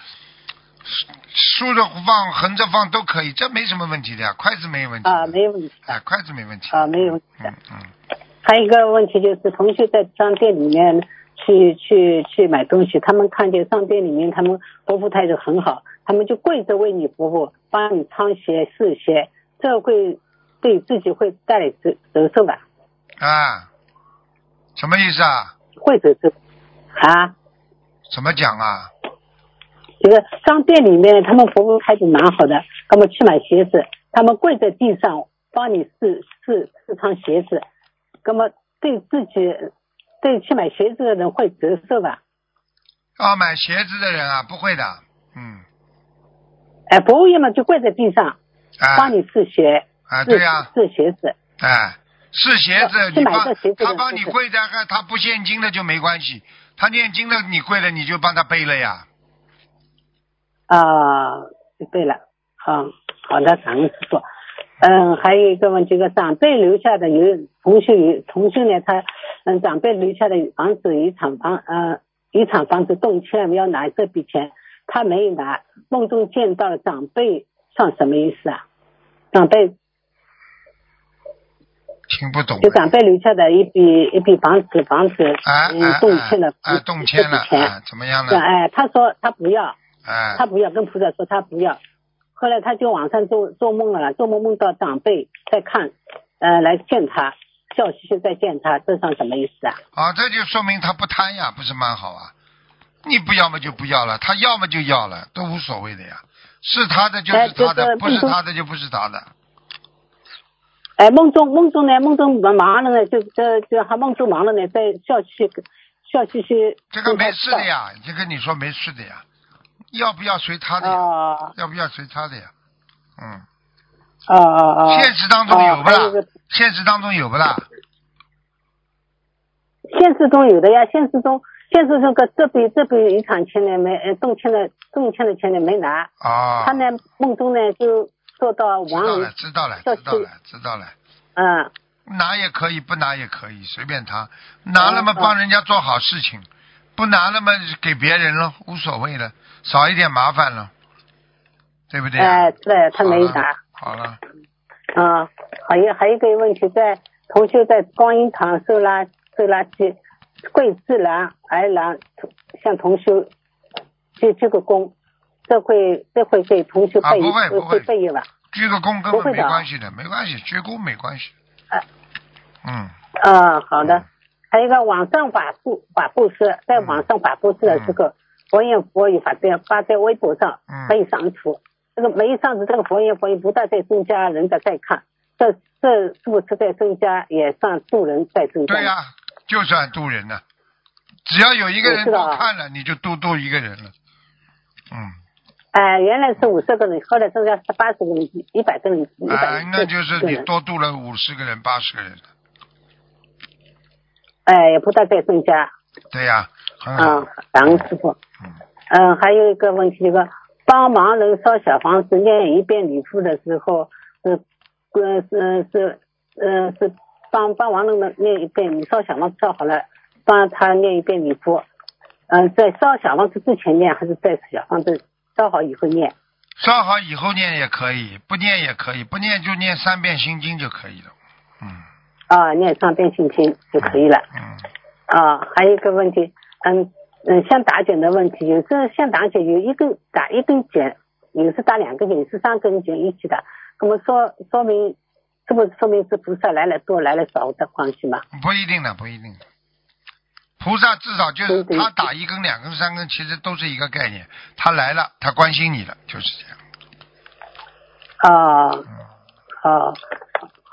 [SPEAKER 1] 竖着放、横着放都可以，这没什么问题的呀，筷子没有问题的
[SPEAKER 7] 啊，没有问题的
[SPEAKER 1] 哎，筷子没问题，
[SPEAKER 7] 啊，没有问题的
[SPEAKER 1] 嗯。嗯，
[SPEAKER 7] 还有一个问题就是，同学在商店里面去去去买东西，他们看见商店里面他们服务态度很好，他们就跪着为你服务，帮你穿鞋试鞋，这会对自己会带来折折寿吧？
[SPEAKER 1] 啊，什么意思啊？
[SPEAKER 7] 会折寿啊？
[SPEAKER 1] 怎么讲啊？
[SPEAKER 7] 就是商店里面他们服务态度蛮好的，那么去买鞋子，他们跪在地上帮你试试试穿鞋子，那么对自己对去买鞋子的人会折寿吧？
[SPEAKER 1] 啊，买鞋子的人啊，不会的，嗯，
[SPEAKER 7] 哎，不会嘛就跪在地上帮
[SPEAKER 1] 哎
[SPEAKER 7] 你试鞋，
[SPEAKER 1] 哎，
[SPEAKER 7] 试
[SPEAKER 1] 对呀、
[SPEAKER 7] 试鞋子。
[SPEAKER 1] 哎，试鞋子，
[SPEAKER 7] 是
[SPEAKER 1] 你
[SPEAKER 7] 买
[SPEAKER 1] 帮
[SPEAKER 7] 这鞋子的
[SPEAKER 1] 他帮你
[SPEAKER 7] 就是
[SPEAKER 1] 跪在，他不现金的就没关系，他念经的你跪了，你就帮他背了呀。
[SPEAKER 7] 啊，对了，好好的，感恩师傅。嗯，还有一个问题，个长辈留下的有同修有同修呢，他嗯长辈留下的房子遗产房呃遗产房子动迁要拿这笔钱，他没有拿，梦中见到了长辈，算什么意思啊？长辈
[SPEAKER 1] 听不懂
[SPEAKER 7] 就长辈留下的一笔一笔房子房子
[SPEAKER 1] 啊
[SPEAKER 7] 嗯
[SPEAKER 1] 啊
[SPEAKER 7] 动迁了
[SPEAKER 1] 啊！动迁了
[SPEAKER 7] 这笔钱
[SPEAKER 1] 啊，怎么样
[SPEAKER 7] 是
[SPEAKER 1] 了？
[SPEAKER 7] 哎，他说他不要，
[SPEAKER 1] 哎
[SPEAKER 7] 他不要，跟菩萨说他不要。后来他就晚上做做梦了，做梦梦到长辈在看，呃，来见他，笑嘻嘻在见他，这算什么意思啊？
[SPEAKER 1] 啊，这就说明他不贪呀，不是蛮好啊？你不要么就不要了，他要么就要了，都无所谓的呀。是他的就
[SPEAKER 7] 哎
[SPEAKER 1] 是
[SPEAKER 7] 就
[SPEAKER 1] 他
[SPEAKER 7] 是
[SPEAKER 1] 的，不是
[SPEAKER 7] 梦中
[SPEAKER 1] 他的就不是他的。
[SPEAKER 7] 哎，梦中梦中呢，梦中忙了呢，就这就还梦中忙了呢，在笑嘻嘻笑嘻嘻。
[SPEAKER 1] 这个没事的。呀，就跟你说没事的呀，要不要随他的呀？
[SPEAKER 7] 哦
[SPEAKER 1] 要不要随他的呀？嗯，
[SPEAKER 7] 哦哦哦。
[SPEAKER 1] 现实当中有不
[SPEAKER 7] 哦还有一
[SPEAKER 1] 啦
[SPEAKER 7] 个？
[SPEAKER 1] 现实当中有不啦？
[SPEAKER 7] 现实中有的呀，现实中现实中个这笔这笔遗产钱呢没呃动迁的动迁的钱呢没拿，
[SPEAKER 1] 哦，
[SPEAKER 7] 他呢梦中呢就做到
[SPEAKER 1] 知道
[SPEAKER 7] 亡
[SPEAKER 1] 了
[SPEAKER 7] 灵，，
[SPEAKER 1] 知道了，
[SPEAKER 7] 就
[SPEAKER 1] 知道了，知道了。
[SPEAKER 7] 嗯，
[SPEAKER 1] 拿也可以，不拿也可以，随便他。拿了嘛，
[SPEAKER 7] 嗯嗯
[SPEAKER 1] 帮人家做好事情；不拿了嘛，给别人了，无所谓了，少一点麻烦了，对不对、啊？
[SPEAKER 7] 哎，对，他没拿，
[SPEAKER 1] 好了，
[SPEAKER 7] 啊，还有还有一个问题，在同修在观音堂收垃收垃圾，桂自然而然向同修鞠鞠个躬，这会这会被同修
[SPEAKER 1] 啊
[SPEAKER 7] 背
[SPEAKER 1] 不会不会
[SPEAKER 7] 会背一吧？
[SPEAKER 1] 鞠个躬根
[SPEAKER 7] 不
[SPEAKER 1] 本
[SPEAKER 7] 会
[SPEAKER 1] 没
[SPEAKER 7] 的
[SPEAKER 1] 关系的，没关系，鞠躬没关系
[SPEAKER 7] 哎。
[SPEAKER 1] 嗯，
[SPEAKER 7] 啊，好的。还有一个网上法布法布施，在网上法布施的时候，佛言佛语法这样发在微博上
[SPEAKER 1] 嗯
[SPEAKER 7] 没有删除，这个没有删除，这个佛言佛语不但在增加，人家在看，这这是不是在增加，也算助人在增加？
[SPEAKER 1] 对啊呀、就算渡人呢、只要有一个人
[SPEAKER 7] 是的啊
[SPEAKER 1] 多看了，你就多渡一个人了。嗯，
[SPEAKER 7] 哎、原来是五十个人，后来增加是八十个人，一百个人，一
[SPEAKER 1] 啊、
[SPEAKER 7] 百
[SPEAKER 1] 那就是
[SPEAKER 7] 个
[SPEAKER 1] 你
[SPEAKER 7] 人，
[SPEAKER 1] 多渡了五十个人、八十个人了。
[SPEAKER 7] 哎、也不但在增加。
[SPEAKER 1] 对呀、很好。
[SPEAKER 7] 啊，感恩师傅。嗯，还有一个问题，这个帮忙人烧小房子念一遍礼佛的时候，是，呃是是呃是帮帮忙人念一遍，你烧小房子烧好了，帮他念一遍礼佛。嗯，在烧小房子之前念，还是在小房子烧好以后念？
[SPEAKER 1] 烧好以后念也可以，不念也可以，不念就念三遍心经就可以了。嗯
[SPEAKER 7] 啊，念上遍心经就可以了。
[SPEAKER 1] 嗯，
[SPEAKER 7] 啊，还有一个问题，嗯嗯，像打茧的问题，有时像打茧有一根打一根茧，有时打两根茧，有时三根茧一起打，那么说说明，这不是说明是菩萨来了多来了少的关系嘛？
[SPEAKER 1] 不一定的，不一定的。菩萨至少就是
[SPEAKER 7] 对对
[SPEAKER 1] 他打一根、两根、三根，其实都是一个概念。他来了，他关心你了，就是这样。
[SPEAKER 7] 啊，好，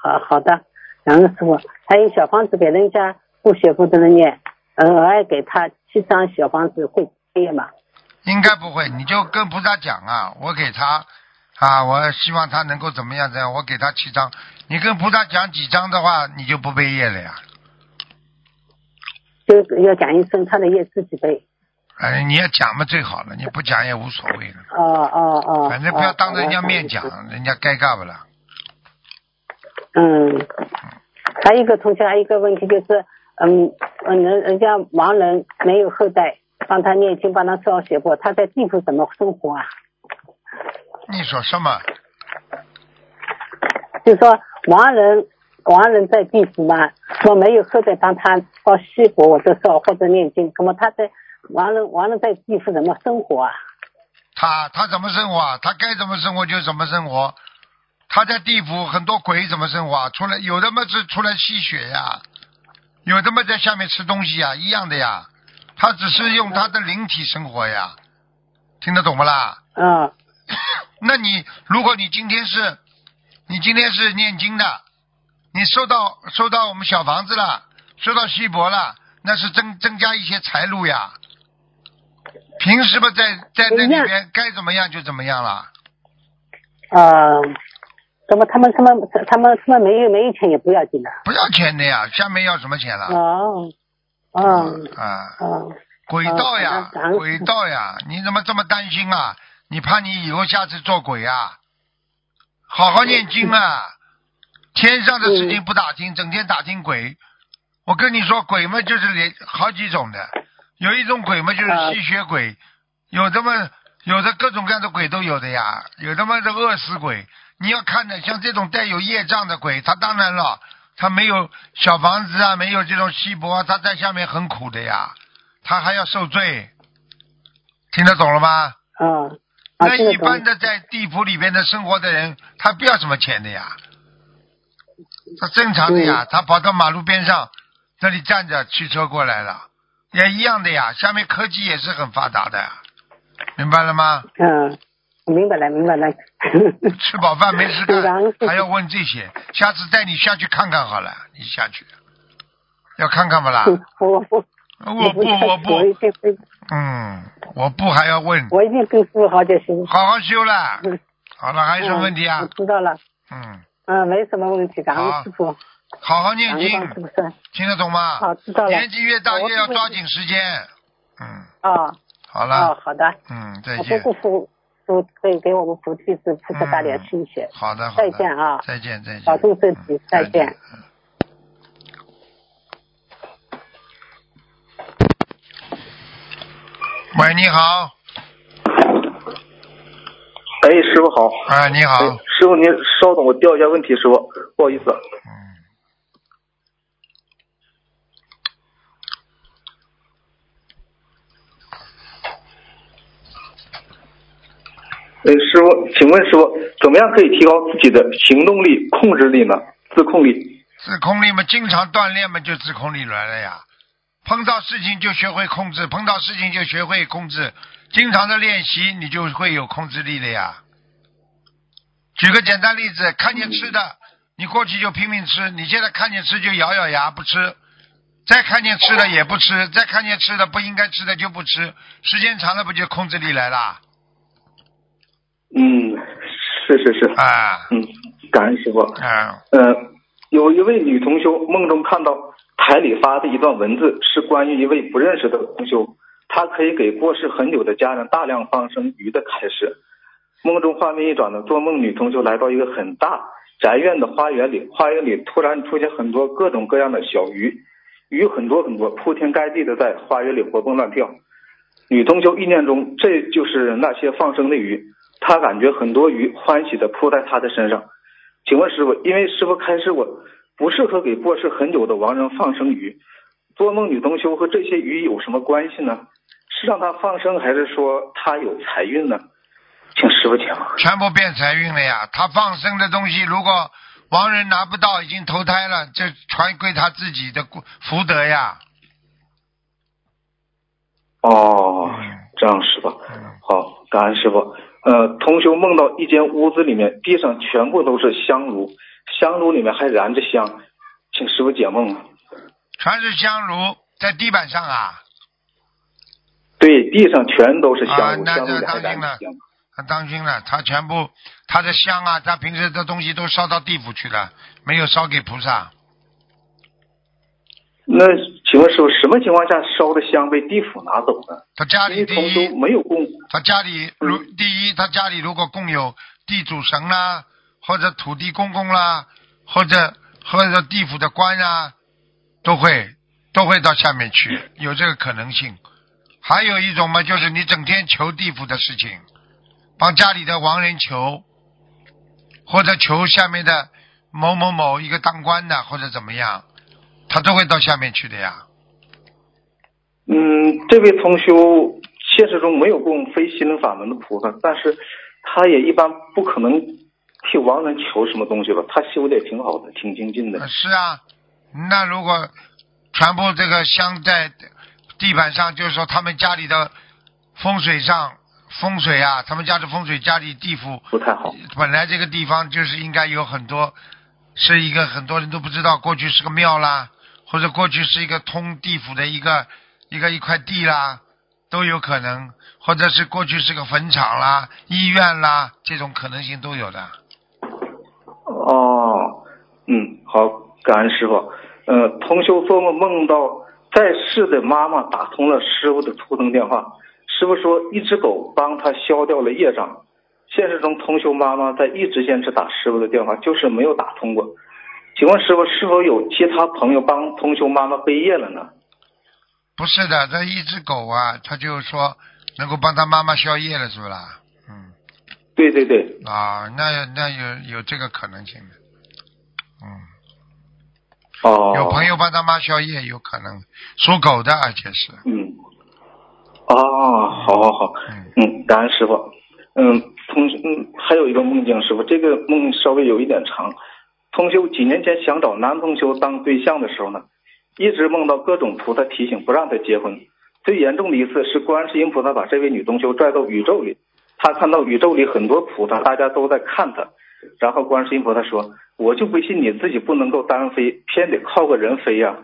[SPEAKER 7] 好好的，两个师傅，还有小房子给人家不学佛的人念，呃额外给他七张小房子会念嘛？
[SPEAKER 1] 应该不会，你就跟菩萨讲啊，我给他啊，我希望他能够怎么样怎么样，我给他七张。你跟菩萨讲几张的话，你就不背业了呀。
[SPEAKER 7] 就要讲一声他的业自己背。
[SPEAKER 1] 哎，你要讲嘛最好了，你不讲也无所谓了，
[SPEAKER 7] 哦哦哦，
[SPEAKER 1] 反正不要
[SPEAKER 7] 哦
[SPEAKER 1] 当着人家
[SPEAKER 7] 好的
[SPEAKER 1] 面
[SPEAKER 7] 好的
[SPEAKER 1] 讲，人家该干不了。
[SPEAKER 7] 嗯，还有一个同学，还有一个问题就是，嗯，嗯，人人家亡人没有后代，帮他念经，帮他烧写过，他在地府怎么生活啊？
[SPEAKER 1] 你说什么？
[SPEAKER 7] 就说亡人，亡人在地府嘛，说没有后代帮他烧西佛或者烧或者念经，那么他在亡人亡人在地府怎么生活啊？
[SPEAKER 1] 他他怎么生活啊？他该怎么生活就怎么生活。他在地府很多鬼怎么生活啊？出来有的嘛是出来吸血呀，有的嘛在下面吃东西呀，一样的呀。他只是用他的灵体生活呀，听得懂不啦？
[SPEAKER 7] 嗯
[SPEAKER 1] 那你如果你今天是，你今天是念经的，你收到收到我们小房子了，说到稀薄了，那是增增加一些财路呀。平时吧，在在那里边该怎么样就怎么样了。
[SPEAKER 7] 呃，怎么他们他们他们他们没没钱也不要紧的。
[SPEAKER 1] 不要钱的呀，下面要什么钱了？
[SPEAKER 7] 哦，哦，
[SPEAKER 1] 啊，
[SPEAKER 7] 哦，
[SPEAKER 1] 轨道呀
[SPEAKER 7] 啊感，恩
[SPEAKER 1] 轨道呀，你怎么这么担心啊？你怕你以后下次做鬼啊？好好念经啊！天上的事情不打听，整天打听鬼。我跟你说，鬼嘛就是连好几种的，有一种鬼嘛就是
[SPEAKER 7] 啊
[SPEAKER 1] 吸血鬼，有的嘛有的各种各样的鬼都有的呀，有的嘛是饿死鬼。你要看的像这种带有业障的鬼，他当然了，他没有小房子啊，没有这种稀薄啊，他在下面很苦的呀，他还要受罪。听得懂了吗？
[SPEAKER 7] 啊，啊，
[SPEAKER 1] 那
[SPEAKER 7] 听得
[SPEAKER 1] 一
[SPEAKER 7] 懂
[SPEAKER 1] 般的在地府里边的生活的人，他不要什么钱的呀，他正常的呀，他跑到马路边上那里站着，汽车过来了，也一样的呀。下面科技也是很发达的，明白了吗？
[SPEAKER 7] 嗯，明白了，明白了。
[SPEAKER 1] 吃饱饭没事
[SPEAKER 7] 然
[SPEAKER 1] 干
[SPEAKER 7] 后，
[SPEAKER 1] 还要问这些，下次带你下去看看好了，你下去要看啊看不啦？
[SPEAKER 7] 我我不
[SPEAKER 1] 我不，我
[SPEAKER 7] 我
[SPEAKER 1] 不
[SPEAKER 7] 我，一定会，
[SPEAKER 1] 嗯，我不还要问，
[SPEAKER 7] 我一定跟师傅好好学习。
[SPEAKER 1] 好好修了
[SPEAKER 7] 嗯。
[SPEAKER 1] 好了，还有什么问题
[SPEAKER 7] 嗯我
[SPEAKER 1] 啊？
[SPEAKER 7] 知道了，
[SPEAKER 1] 嗯，
[SPEAKER 7] 嗯，没什么问题，感
[SPEAKER 1] 好
[SPEAKER 7] 恩师傅，
[SPEAKER 1] 好好
[SPEAKER 7] 感
[SPEAKER 1] 念
[SPEAKER 7] 恩
[SPEAKER 1] 经
[SPEAKER 7] 帮。师傅说。
[SPEAKER 1] 听得懂吗？
[SPEAKER 7] 好，知道了。
[SPEAKER 1] 年纪越大
[SPEAKER 7] 我
[SPEAKER 1] 越要
[SPEAKER 7] 不会
[SPEAKER 1] 抓紧时间。嗯，
[SPEAKER 7] 哦
[SPEAKER 1] 好了，
[SPEAKER 7] 哦，好的，
[SPEAKER 1] 嗯，再
[SPEAKER 7] 我
[SPEAKER 1] 见。
[SPEAKER 7] 不负福，可以给我们菩提子菩萨
[SPEAKER 1] 嗯
[SPEAKER 7] 大点心血。
[SPEAKER 1] 好的，好
[SPEAKER 7] 再
[SPEAKER 1] 的。
[SPEAKER 7] 见啊，
[SPEAKER 1] 再见，再见。
[SPEAKER 7] 保重身体
[SPEAKER 1] 嗯，
[SPEAKER 7] 再见。。
[SPEAKER 1] 喂，你好，
[SPEAKER 8] 哎，师傅好。
[SPEAKER 1] 哎，你好
[SPEAKER 8] 哎，，师傅您稍等，我调一下问题，师傅，不好意思。嗯哎，师傅，请问师傅，怎么样可以提高自己的行动力、控制力呢？自控力？
[SPEAKER 1] 自控力嘛，经常锻炼嘛，就自控力来了呀。碰到事情就学会控制，碰到事情就学会控制，经常的练习，你就会有控制力的呀。举个简单例子，看见吃的，你过去就拼命吃，你现在看见吃就咬咬牙不吃，再看见吃的也不吃，再看见吃的不应该吃的就不吃，时间长了不就控制力来了？
[SPEAKER 8] 嗯，是是是。
[SPEAKER 1] 啊
[SPEAKER 8] 嗯，感恩师傅。
[SPEAKER 1] 啊，
[SPEAKER 8] 呃，有一位女同修梦中看到台里发的一段文字，是关于一位不认识的同修，他可以给过世很久的家人大量放生鱼的开始。梦中画面一转呢，做梦女同修来到一个很大宅院的花园里，花园里突然出现很多各种各样的小鱼，鱼很多很多，铺天盖地的在花园里活蹦乱跳。女同修意念中，这就是那些放生的鱼，她感觉很多鱼欢喜的扑在她的身上。请问师傅，因为师傅开示我不适合给过世很久的亡人放生鱼，做梦女同修和这些鱼有什么关系呢？是让他放生，还是说他有财运呢？请师傅解惑。
[SPEAKER 1] 全部变财运了呀。他放生的东西，如果亡人拿不到，已经投胎了，这全归他自己的福德呀。
[SPEAKER 8] 哦
[SPEAKER 1] 嗯，
[SPEAKER 8] 这样师傅
[SPEAKER 1] 嗯，
[SPEAKER 8] 好，感恩师傅。呃，同修梦到一间屋子里面，地上全部都是香炉，香炉里面还燃着香，请师傅解梦。
[SPEAKER 1] 全是香炉在地板上啊，
[SPEAKER 8] 对，地上全都是香炉，
[SPEAKER 1] 啊那
[SPEAKER 8] 香炉里
[SPEAKER 1] 那
[SPEAKER 8] 还燃着
[SPEAKER 1] 当心
[SPEAKER 8] 香。
[SPEAKER 1] 他当心了，他全部他的香啊，他平时的东西都烧到地府去了，没有烧给菩萨。
[SPEAKER 8] 那请问师傅，什么情况下烧的香被地府拿走呢？
[SPEAKER 1] 他家
[SPEAKER 8] 因
[SPEAKER 1] 里
[SPEAKER 8] 为
[SPEAKER 1] 第
[SPEAKER 8] 同修
[SPEAKER 1] 一，
[SPEAKER 8] 没有供，
[SPEAKER 1] 他家里如第一，他家里如果供有地主神啦、或者土地公公啦，或者或者地府的官啊，都会都会到下面去，有这个可能性。还有一种嘛，就是你整天求地府的事情，帮家里的亡人求，或者求下面的某某某一个当官的，或者怎么样，他都会到下面去的呀。
[SPEAKER 8] 嗯，这位同修现实中没有供非心灵法门的菩萨，但是他也一般不可能替亡人求什么东西吧？他修的也挺好的，挺精进的
[SPEAKER 1] 呃。是啊，那如果全部这个香在地板上，就是说他们家里的风水上风水啊，他们家的风水家里地府
[SPEAKER 8] 不太好，
[SPEAKER 1] 本来这个地方就是应该有很多，是一个很多人都不知道，过去是个庙啦，或者过去是一个通地府的一个一个一块地啦，都有可能，或者是过去是个坟场啦、医院啦，这种可能性都有的。
[SPEAKER 8] 哦，嗯，好，感恩师傅。呃，同修做梦梦到在世的妈妈打通了师傅的图腾电话，师傅说一只狗帮他消掉了业障。现实中，同修妈妈在一直坚持打师傅的电话，就是没有打通过。请问师傅，是否有其他朋友帮同修妈妈背业了呢？
[SPEAKER 1] 不是的，这一只狗啊，它就说能够帮它妈妈消业了，是不啦？嗯
[SPEAKER 8] 对对对，
[SPEAKER 1] 啊，那那有有这个可能性的，嗯，
[SPEAKER 8] 哦，
[SPEAKER 1] 有朋友帮他妈消业，有可能属狗的，而且是，
[SPEAKER 8] 嗯，哦，好好好，嗯，感恩师傅。嗯，同嗯，还有一个梦境，师傅，这个梦稍微有一点长。同修几年前想找男同修当对象的时候呢，一直梦到各种菩萨提醒不让他结婚。最严重的一次是观世音菩萨把这位女同修拽到宇宙里，他看到宇宙里很多菩萨，大家都在看他，然后观世音菩萨说：“我就不信你自己不能够单飞，偏得靠个人飞呀、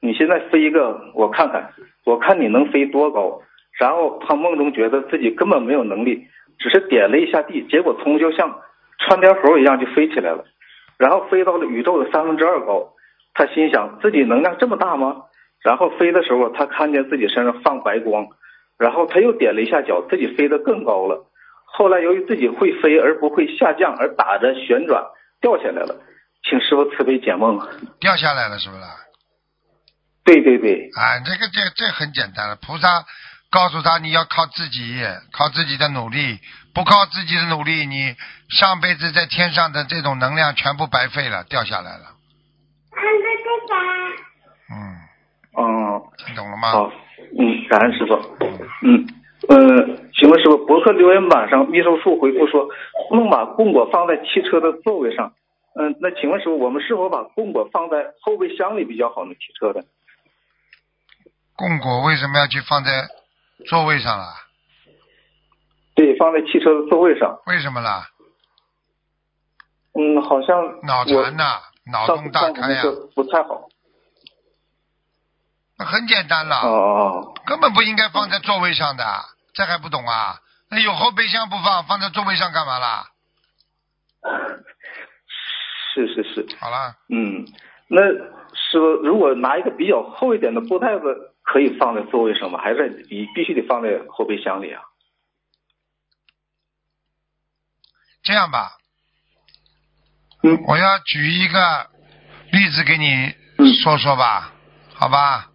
[SPEAKER 8] 你现在飞一个，我看看，我看你能飞多高。然后他梦中觉得自己根本没有能力，只是点了一下地，结果从就像穿边猴一样就飞起来了，然后飞到了宇宙的三分之二高。他心想自己能量这么大吗？然后飞的时候，他看见自己身上放白光，然后他又点了一下脚，自己飞得更高了。后来由于自己会飞而不会下降，而打着旋转掉下来了。请师傅慈悲解梦。
[SPEAKER 1] 掉下来了，是不啦？
[SPEAKER 8] 对对对，
[SPEAKER 1] 啊，这个这个、这个很简单了，菩萨告诉他你要靠自己，靠自己的努力，不靠自己的努力，你上辈子在天上的这种能量全部白费了，掉下来了。嗯，
[SPEAKER 8] 嗯，
[SPEAKER 1] 听懂了吗？
[SPEAKER 8] 好，嗯，感恩师傅。嗯，呃，请问师傅，博客留言板上秘书处回复说，梦把供果放在汽车的座位上。嗯，那请问师傅，我们是否把供果放在后备箱里比较好呢？汽车的？
[SPEAKER 1] 供果为什么要去放在座位上啊了？
[SPEAKER 8] 对，放在汽车的座位上。
[SPEAKER 1] 为什么啦？
[SPEAKER 8] 嗯，好像
[SPEAKER 1] 脑残呐、脑
[SPEAKER 8] 上
[SPEAKER 1] 洞
[SPEAKER 8] 次
[SPEAKER 1] 大
[SPEAKER 8] 上次
[SPEAKER 1] 开呀、啊
[SPEAKER 8] 那个不太好。
[SPEAKER 1] 那很简单了。
[SPEAKER 8] 哦哦
[SPEAKER 1] 根本不应该放在座位上的，这还不懂啊？那有后备箱不放，放在座位上干嘛啦？
[SPEAKER 8] 哦，是是是，
[SPEAKER 1] 好了，
[SPEAKER 8] 嗯，那师傅，如果拿一个比较厚一点的布袋子，可以放在座位上吗？还是你必须得放在后备箱里啊？
[SPEAKER 1] 这样吧，
[SPEAKER 8] 嗯，
[SPEAKER 1] 我要举一个例子给你说说吧，好吧？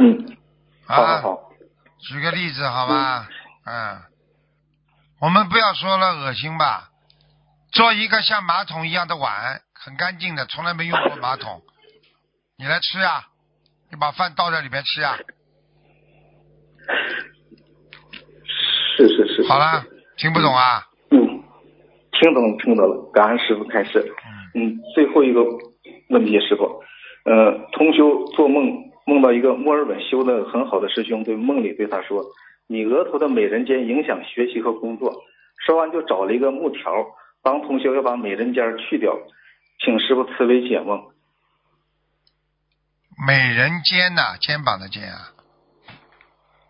[SPEAKER 8] 嗯，
[SPEAKER 1] 啊，
[SPEAKER 8] 好好好，
[SPEAKER 1] 举个例子好吧？嗯，我们不要说了恶心吧，做一个像马桶一样的碗，很干净的，从来没用过马桶，你来吃呀、你把饭倒在里面吃呀、啊
[SPEAKER 8] 是是是，
[SPEAKER 1] 好啦，听不懂啊？
[SPEAKER 8] 嗯，听懂听懂了，感恩师傅开始。嗯，最后一个问题，师傅，呃，同修做梦梦到一个墨尔本修的很好的师兄，对梦里对他说：“你额头的美人尖影响学习和工作。”说完就找了一个木条，帮同修要把美人尖去掉，请师傅慈悲解梦。
[SPEAKER 1] 美人尖呐、肩膀的肩啊。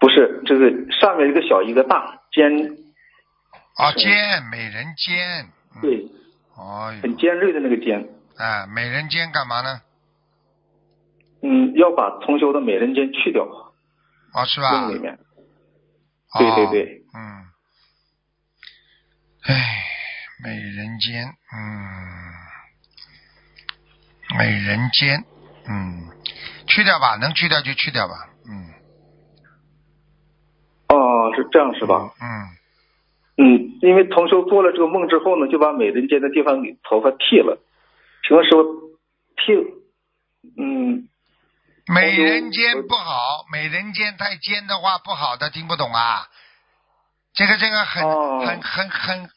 [SPEAKER 8] 不是，这个上面一个小一个大，尖
[SPEAKER 1] 啊，
[SPEAKER 8] 是
[SPEAKER 1] 尖，美人尖。
[SPEAKER 8] 对，
[SPEAKER 1] 哦
[SPEAKER 8] 很
[SPEAKER 1] 呦，
[SPEAKER 8] 尖锐的那个尖。
[SPEAKER 1] 哎，美人尖干嘛呢？
[SPEAKER 8] 嗯，要把同修的美人尖去掉，
[SPEAKER 1] 哦，是吧？
[SPEAKER 8] 梦里面。对对对。
[SPEAKER 1] 哦。嗯。哎，美人尖，嗯，美人尖，嗯，去掉吧，能去掉就去掉吧，嗯
[SPEAKER 8] 哦，是这样是吧？
[SPEAKER 1] 嗯，
[SPEAKER 8] 嗯，因为同修做了这个梦之后呢，就把美人尖的地方给头发剃了。请问师傅，剃，嗯，
[SPEAKER 1] 美人尖不好，美人尖太尖的话不好的，听不懂啊。这个这个很、
[SPEAKER 8] 哦
[SPEAKER 1] 很很很，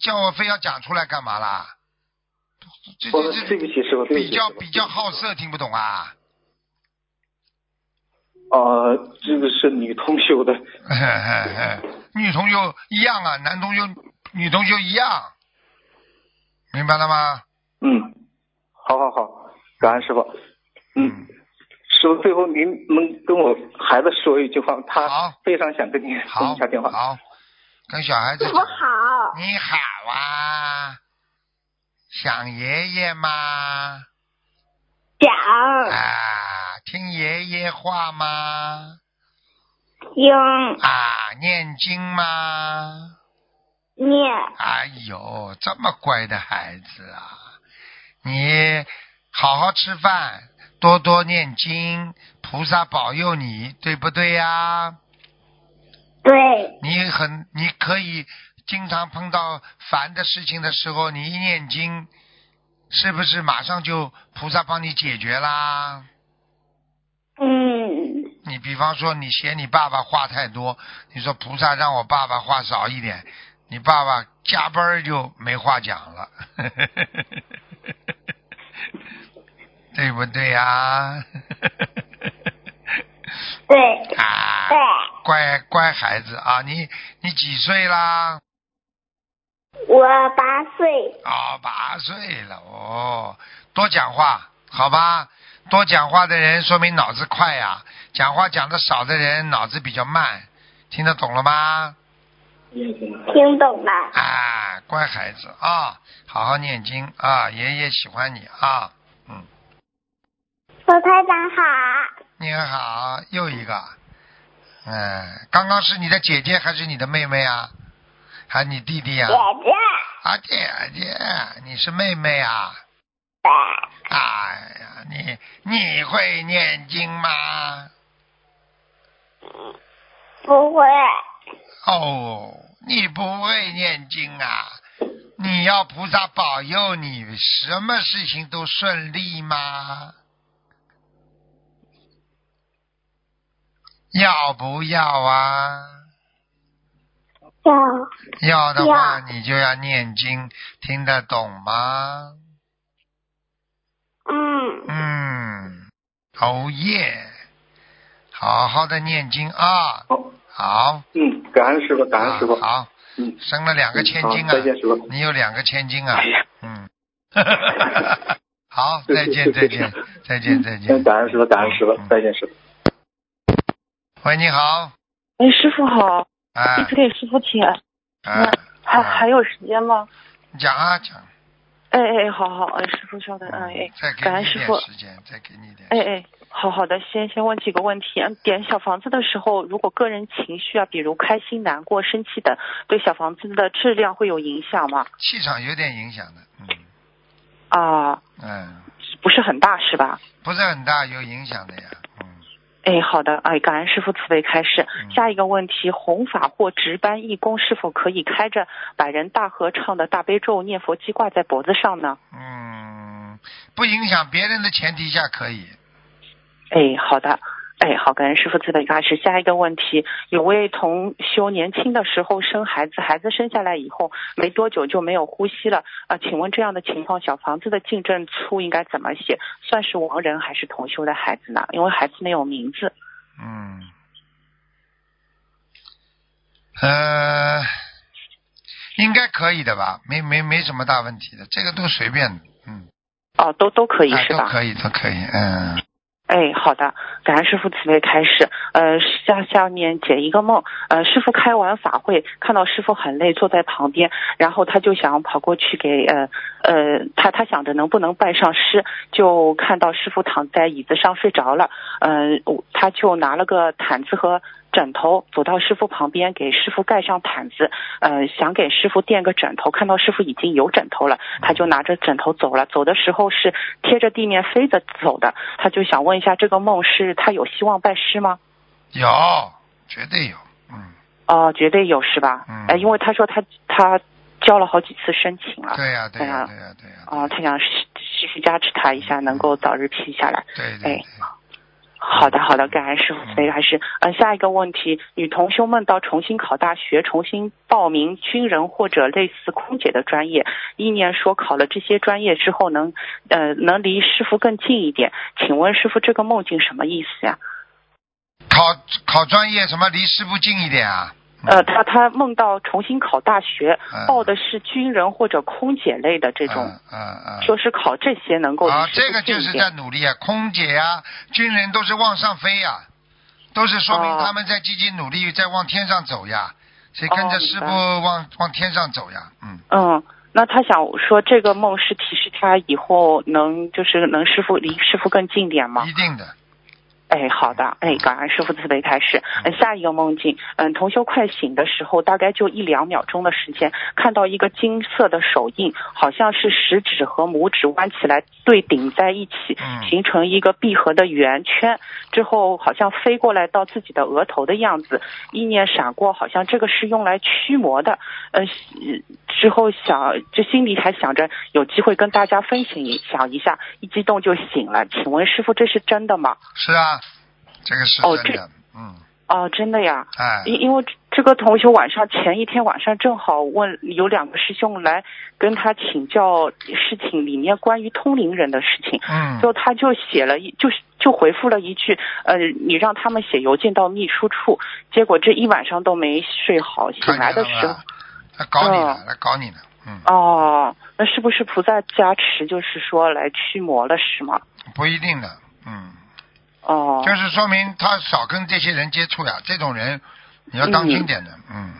[SPEAKER 1] 叫我非要讲出来干嘛啦？这
[SPEAKER 8] 我
[SPEAKER 1] 这
[SPEAKER 8] 对
[SPEAKER 1] 这
[SPEAKER 8] 不起师傅，对不
[SPEAKER 1] 比
[SPEAKER 8] 起
[SPEAKER 1] 较
[SPEAKER 8] 师傅
[SPEAKER 1] 比较好色，听不懂啊？
[SPEAKER 8] 啊，这个是女同修的，
[SPEAKER 1] 女同修一样啊，男同修女同修一样，明白了吗？
[SPEAKER 8] 嗯，好好好，感恩师傅，嗯，师傅，最后您能跟我孩子说一句话吗，他非常想跟您通
[SPEAKER 1] 好
[SPEAKER 8] 一下电话。
[SPEAKER 1] 好，跟小孩子
[SPEAKER 6] 师傅，
[SPEAKER 1] 讲
[SPEAKER 6] 好，
[SPEAKER 1] 你好啊，想爷爷吗？
[SPEAKER 6] 讲
[SPEAKER 1] 啊，听爷爷话吗？
[SPEAKER 6] 听
[SPEAKER 1] 啊，念经吗？
[SPEAKER 6] 念
[SPEAKER 1] 哎呦，这么乖的孩子啊！你好好吃饭，多多念经，菩萨保佑你，对不对呀、
[SPEAKER 6] 对
[SPEAKER 1] 你很，你可以经常碰到烦的事情的时候，你一念经，是不是马上就菩萨帮你解决啦？
[SPEAKER 6] 嗯
[SPEAKER 1] 你比方说，你嫌你爸爸话太多，你说菩萨让我爸爸话少一点，你爸爸加班儿就没话讲了， 对不对呀、啊？
[SPEAKER 6] 对
[SPEAKER 1] 啊，
[SPEAKER 6] 对，
[SPEAKER 1] 乖乖孩子啊，你你几岁啦？
[SPEAKER 6] 我八岁，
[SPEAKER 1] 啊、八岁了哦，多讲话，好吧？多讲话的人说明脑子快呀、讲话讲的少的人脑子比较慢，听得懂了吗？
[SPEAKER 6] 听懂了，
[SPEAKER 1] 啊，乖孩子啊，好好念经啊，爷爷喜欢你啊，嗯，
[SPEAKER 6] 罗台长好，
[SPEAKER 1] 你好，又一个，嗯，刚刚是你的姐姐还是你的妹妹啊？还是你弟弟呀、
[SPEAKER 6] 姐
[SPEAKER 1] 啊？
[SPEAKER 6] 姐，
[SPEAKER 1] 啊姐姐，你是妹妹啊？
[SPEAKER 6] 对
[SPEAKER 1] 哎呀，你你会念经吗？
[SPEAKER 6] 不会，
[SPEAKER 1] 哦，你不会念经啊？你要菩萨保佑你，什么事情都顺利吗？要不要啊？
[SPEAKER 6] 要
[SPEAKER 1] 要的话，
[SPEAKER 6] 要
[SPEAKER 1] 你就要念经，听得懂吗？
[SPEAKER 6] 嗯
[SPEAKER 1] 嗯，哦耶，好好的念经啊，
[SPEAKER 8] 好，
[SPEAKER 1] 好，
[SPEAKER 8] 嗯，感恩师傅，感恩师傅。
[SPEAKER 1] 啊好，
[SPEAKER 8] 嗯，
[SPEAKER 1] 升了两个千斤
[SPEAKER 8] 嗯
[SPEAKER 1] 啊！
[SPEAKER 8] 好再见师傅
[SPEAKER 1] 你有两个千斤啊！
[SPEAKER 8] 哎呀
[SPEAKER 1] 嗯， 好，再见，
[SPEAKER 8] 是
[SPEAKER 1] 再
[SPEAKER 8] 是是
[SPEAKER 1] 见，再见，再见。
[SPEAKER 8] 嗯感恩师傅，感恩师傅
[SPEAKER 1] 嗯，
[SPEAKER 8] 再见师傅。
[SPEAKER 1] 喂，你好，
[SPEAKER 5] 哎，师傅好，
[SPEAKER 1] 哎
[SPEAKER 5] 弟子给师傅请安，
[SPEAKER 1] 哎，
[SPEAKER 5] 还还有时间吗？
[SPEAKER 1] 你讲啊讲，嗯
[SPEAKER 5] 哎哎，哎好好，哎，师傅稍等，哎哎，
[SPEAKER 1] 再给
[SPEAKER 5] 感
[SPEAKER 1] 你
[SPEAKER 5] 恩
[SPEAKER 1] 一
[SPEAKER 5] 师
[SPEAKER 1] 点
[SPEAKER 5] 傅，
[SPEAKER 1] 时间，再给你一点。
[SPEAKER 5] 哎哎，好好的，先先问几个问题。嗯点小房子的时候，如果个人情绪啊，比如开心、难过、生气等，对小房子的质量会有影响吗？
[SPEAKER 1] 气场有点影响的，嗯
[SPEAKER 5] 啊、
[SPEAKER 1] 嗯，
[SPEAKER 5] 不是很大是吧？
[SPEAKER 1] 不是很大，有影响的呀，嗯。
[SPEAKER 5] 哎，好的，哎，感恩师傅慈悲开示。
[SPEAKER 1] 嗯
[SPEAKER 5] 下一个问题，弘法或值班义工是否可以开着百人大合唱的大悲咒念佛机挂在脖子上呢？
[SPEAKER 1] 嗯，不影响别人的前提下可以。
[SPEAKER 5] 哎，好的。哎，好，感恩师傅慈悲开始。下一个问题，有位同修年轻的时候生孩子，孩子生下来以后没多久就没有呼吸了啊、请问这样的情况，小房子的净证处应该怎么写？算是亡人还是同修的孩子呢？因为孩子没有名字。
[SPEAKER 1] 嗯，呃，应该可以的吧，没没没什么大问题的，这个都随便的，嗯，
[SPEAKER 5] 哦，都都可以
[SPEAKER 1] 哎
[SPEAKER 5] 是吧？
[SPEAKER 1] 都可以，都可以，嗯，
[SPEAKER 5] 哎，好的，感恩师傅慈悲开始。呃，下下面解一个梦。呃，师傅开完法会，看到师傅很累，坐在旁边，然后他就想跑过去给呃呃，他他想着能不能拜上师，就看到师傅躺在椅子上睡着了。嗯、我他就拿了个毯子和枕头，走到师傅旁边，给师傅盖上毯子，呃，想给师傅垫个枕头，看到师傅已经有枕头了，他就拿着枕头走了。走的时候是贴着地面飞着走的，他就想问一下，这个梦是他有希望拜师吗？
[SPEAKER 1] 有，绝对有，嗯，
[SPEAKER 5] 哦、绝对有是吧？
[SPEAKER 1] 嗯
[SPEAKER 5] 哎，因为他说他他交了好几次申请了，
[SPEAKER 1] 对呀、对呀、
[SPEAKER 5] 哎呀
[SPEAKER 1] 对呀、对呀、
[SPEAKER 5] 啊、他想继续加持他一下，能够早日批下来。
[SPEAKER 1] 对对对，
[SPEAKER 5] 好的，好的，感恩师傅慈悲开示。嗯，下一个问题，女同修梦到重新考大学，重新报名军人或者类似空姐的专业，意念说考了这些专业之后能，呃，能离师傅更近一点。请问师傅，这个梦境什么意思呀？
[SPEAKER 1] 考考专业什么离师傅近一点啊，
[SPEAKER 5] 呃，他他梦到重新考大学，报的是军人或者空姐类的这种，
[SPEAKER 1] 嗯嗯。
[SPEAKER 5] 说是考这些能够
[SPEAKER 1] 啊，
[SPEAKER 5] 离
[SPEAKER 1] 这
[SPEAKER 5] 事
[SPEAKER 1] 个
[SPEAKER 5] 不近
[SPEAKER 1] 就
[SPEAKER 5] 一
[SPEAKER 1] 是
[SPEAKER 5] 点
[SPEAKER 1] 在努力啊，空姐啊，军人都是往上飞呀、都是说
[SPEAKER 5] 哦
[SPEAKER 1] 明他们在积极努力，在往天上走呀，谁跟
[SPEAKER 5] 哦
[SPEAKER 1] 着师傅往、往天上走呀？嗯，
[SPEAKER 5] 嗯，那他想说这个梦是提示他以后能就是能师傅离师傅更近点吗
[SPEAKER 1] 一？定的。
[SPEAKER 5] 哎，好的，哎，感恩师傅慈悲开始。嗯，下一个梦境，嗯，同修快醒的时候，大概就一两秒钟的时间，看到一个金色的手印，好像是食指和拇指弯起来对顶在一起，
[SPEAKER 1] 嗯
[SPEAKER 5] 形成一个闭合的圆圈，之后好像飞过来到自己的额头的样子，意念闪过，好像这个是用来驱魔的，嗯，之后想就心里还想着有机会跟大家分享一想一下，一激动就醒了。请问师傅，这是真的吗？
[SPEAKER 1] 是啊，这个是
[SPEAKER 5] 哦
[SPEAKER 1] 真的，嗯，
[SPEAKER 5] 哦，真的呀，
[SPEAKER 1] 哎，
[SPEAKER 5] 因因为这个同学晚上前一天晚上正好问有两个师兄来跟他请教事情里面关于通灵人的事情，
[SPEAKER 1] 嗯
[SPEAKER 5] 就他就写了一就是就回复了一句，呃，你让他们写邮件到秘书处，结果这一晚上都没睡好，醒来的时候，
[SPEAKER 1] 来搞你了，
[SPEAKER 5] 嗯
[SPEAKER 1] 来搞你了，嗯，
[SPEAKER 5] 哦，那是不是菩萨加持，就是说来驱魔了是吗？
[SPEAKER 1] 不一定的，嗯，
[SPEAKER 5] 哦，
[SPEAKER 1] 就是说明他少跟这些人接触呀，这种人你要当心点的，嗯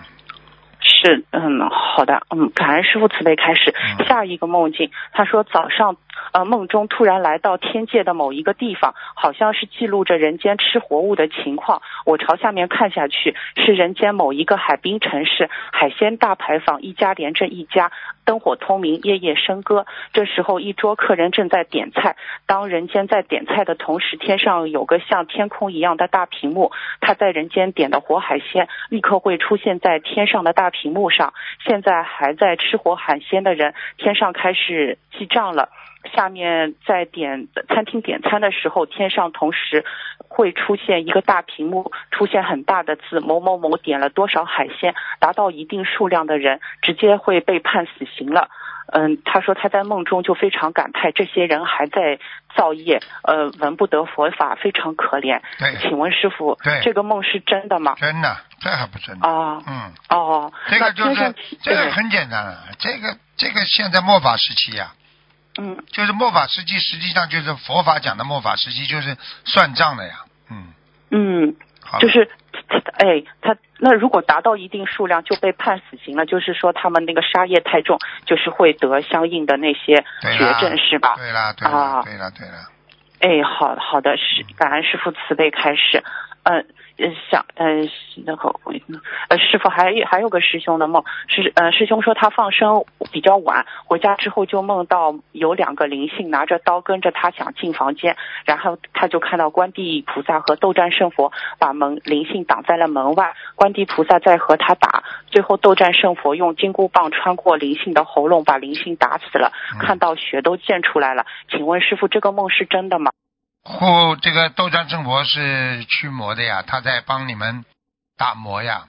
[SPEAKER 5] 是，嗯，好的，嗯，感恩师傅慈悲开始。下一个梦境，他说早上，呃，梦中突然来到天界的某一个地方，好像是记录着人间吃活物的情况。我朝下面看下去，是人间某一个海滨城市，海鲜大牌坊一家连着一家，灯火通明，夜夜笙歌。这时候，一桌客人正在点菜。当人间在点菜的同时，天上有个像天空一样的大屏幕，他在人间点的活海鲜，立刻会出现在天上的大屏幕上。现在还在吃活海鲜的人，天上开始记账了。下面在点餐厅点餐的时候，天上同时会出现一个大屏幕，出现很大的字“某某某点了多少海鲜”，达到一定数量的人直接会被判死刑了。嗯，他说他在梦中就非常感慨，这些人还在造业，呃，闻不得佛法，非常可怜。
[SPEAKER 1] 对
[SPEAKER 5] 请问师傅
[SPEAKER 1] 对，
[SPEAKER 5] 这个梦是真的吗？
[SPEAKER 1] 真的，这还不真的，
[SPEAKER 5] 啊
[SPEAKER 1] 嗯，
[SPEAKER 5] 哦，
[SPEAKER 1] 这
[SPEAKER 5] 那
[SPEAKER 1] 个就
[SPEAKER 5] 天上
[SPEAKER 1] 是这个
[SPEAKER 5] 对
[SPEAKER 1] 很简单了，这个这个现在末法时期呀、
[SPEAKER 5] 嗯
[SPEAKER 1] 就是末法时期，实际上就是佛法讲的末法时期，就是算账的呀。嗯，
[SPEAKER 5] 嗯，
[SPEAKER 1] 好了
[SPEAKER 5] 就是哎，他那如果达到一定数量就被判死刑了，就是说他们那个杀业太重，就是会得相应的那些
[SPEAKER 1] 对
[SPEAKER 5] 绝
[SPEAKER 1] 啦
[SPEAKER 5] 症是吧？
[SPEAKER 1] 对啦，对啦，
[SPEAKER 5] 啊
[SPEAKER 1] 对啦，对啦。
[SPEAKER 5] 哎，好好的，是感恩师傅慈悲开始。呃，呃想呃，那个呃，师傅还有还有个师兄的梦，师呃师兄说他放生比较晚，回家之后就梦到有两个灵性拿着刀跟着他想进房间，然后他就看到观地菩萨和斗战胜佛把门灵性挡在了门外，观地菩萨在和他打，最后斗战胜佛用金箍棒穿过灵性的喉咙把灵性打死了，
[SPEAKER 1] 嗯
[SPEAKER 5] 看到血都溅出来了。请问师傅，这个梦是真的吗？
[SPEAKER 1] 护这个斗战胜佛是驱魔的呀，他在帮你们打磨呀。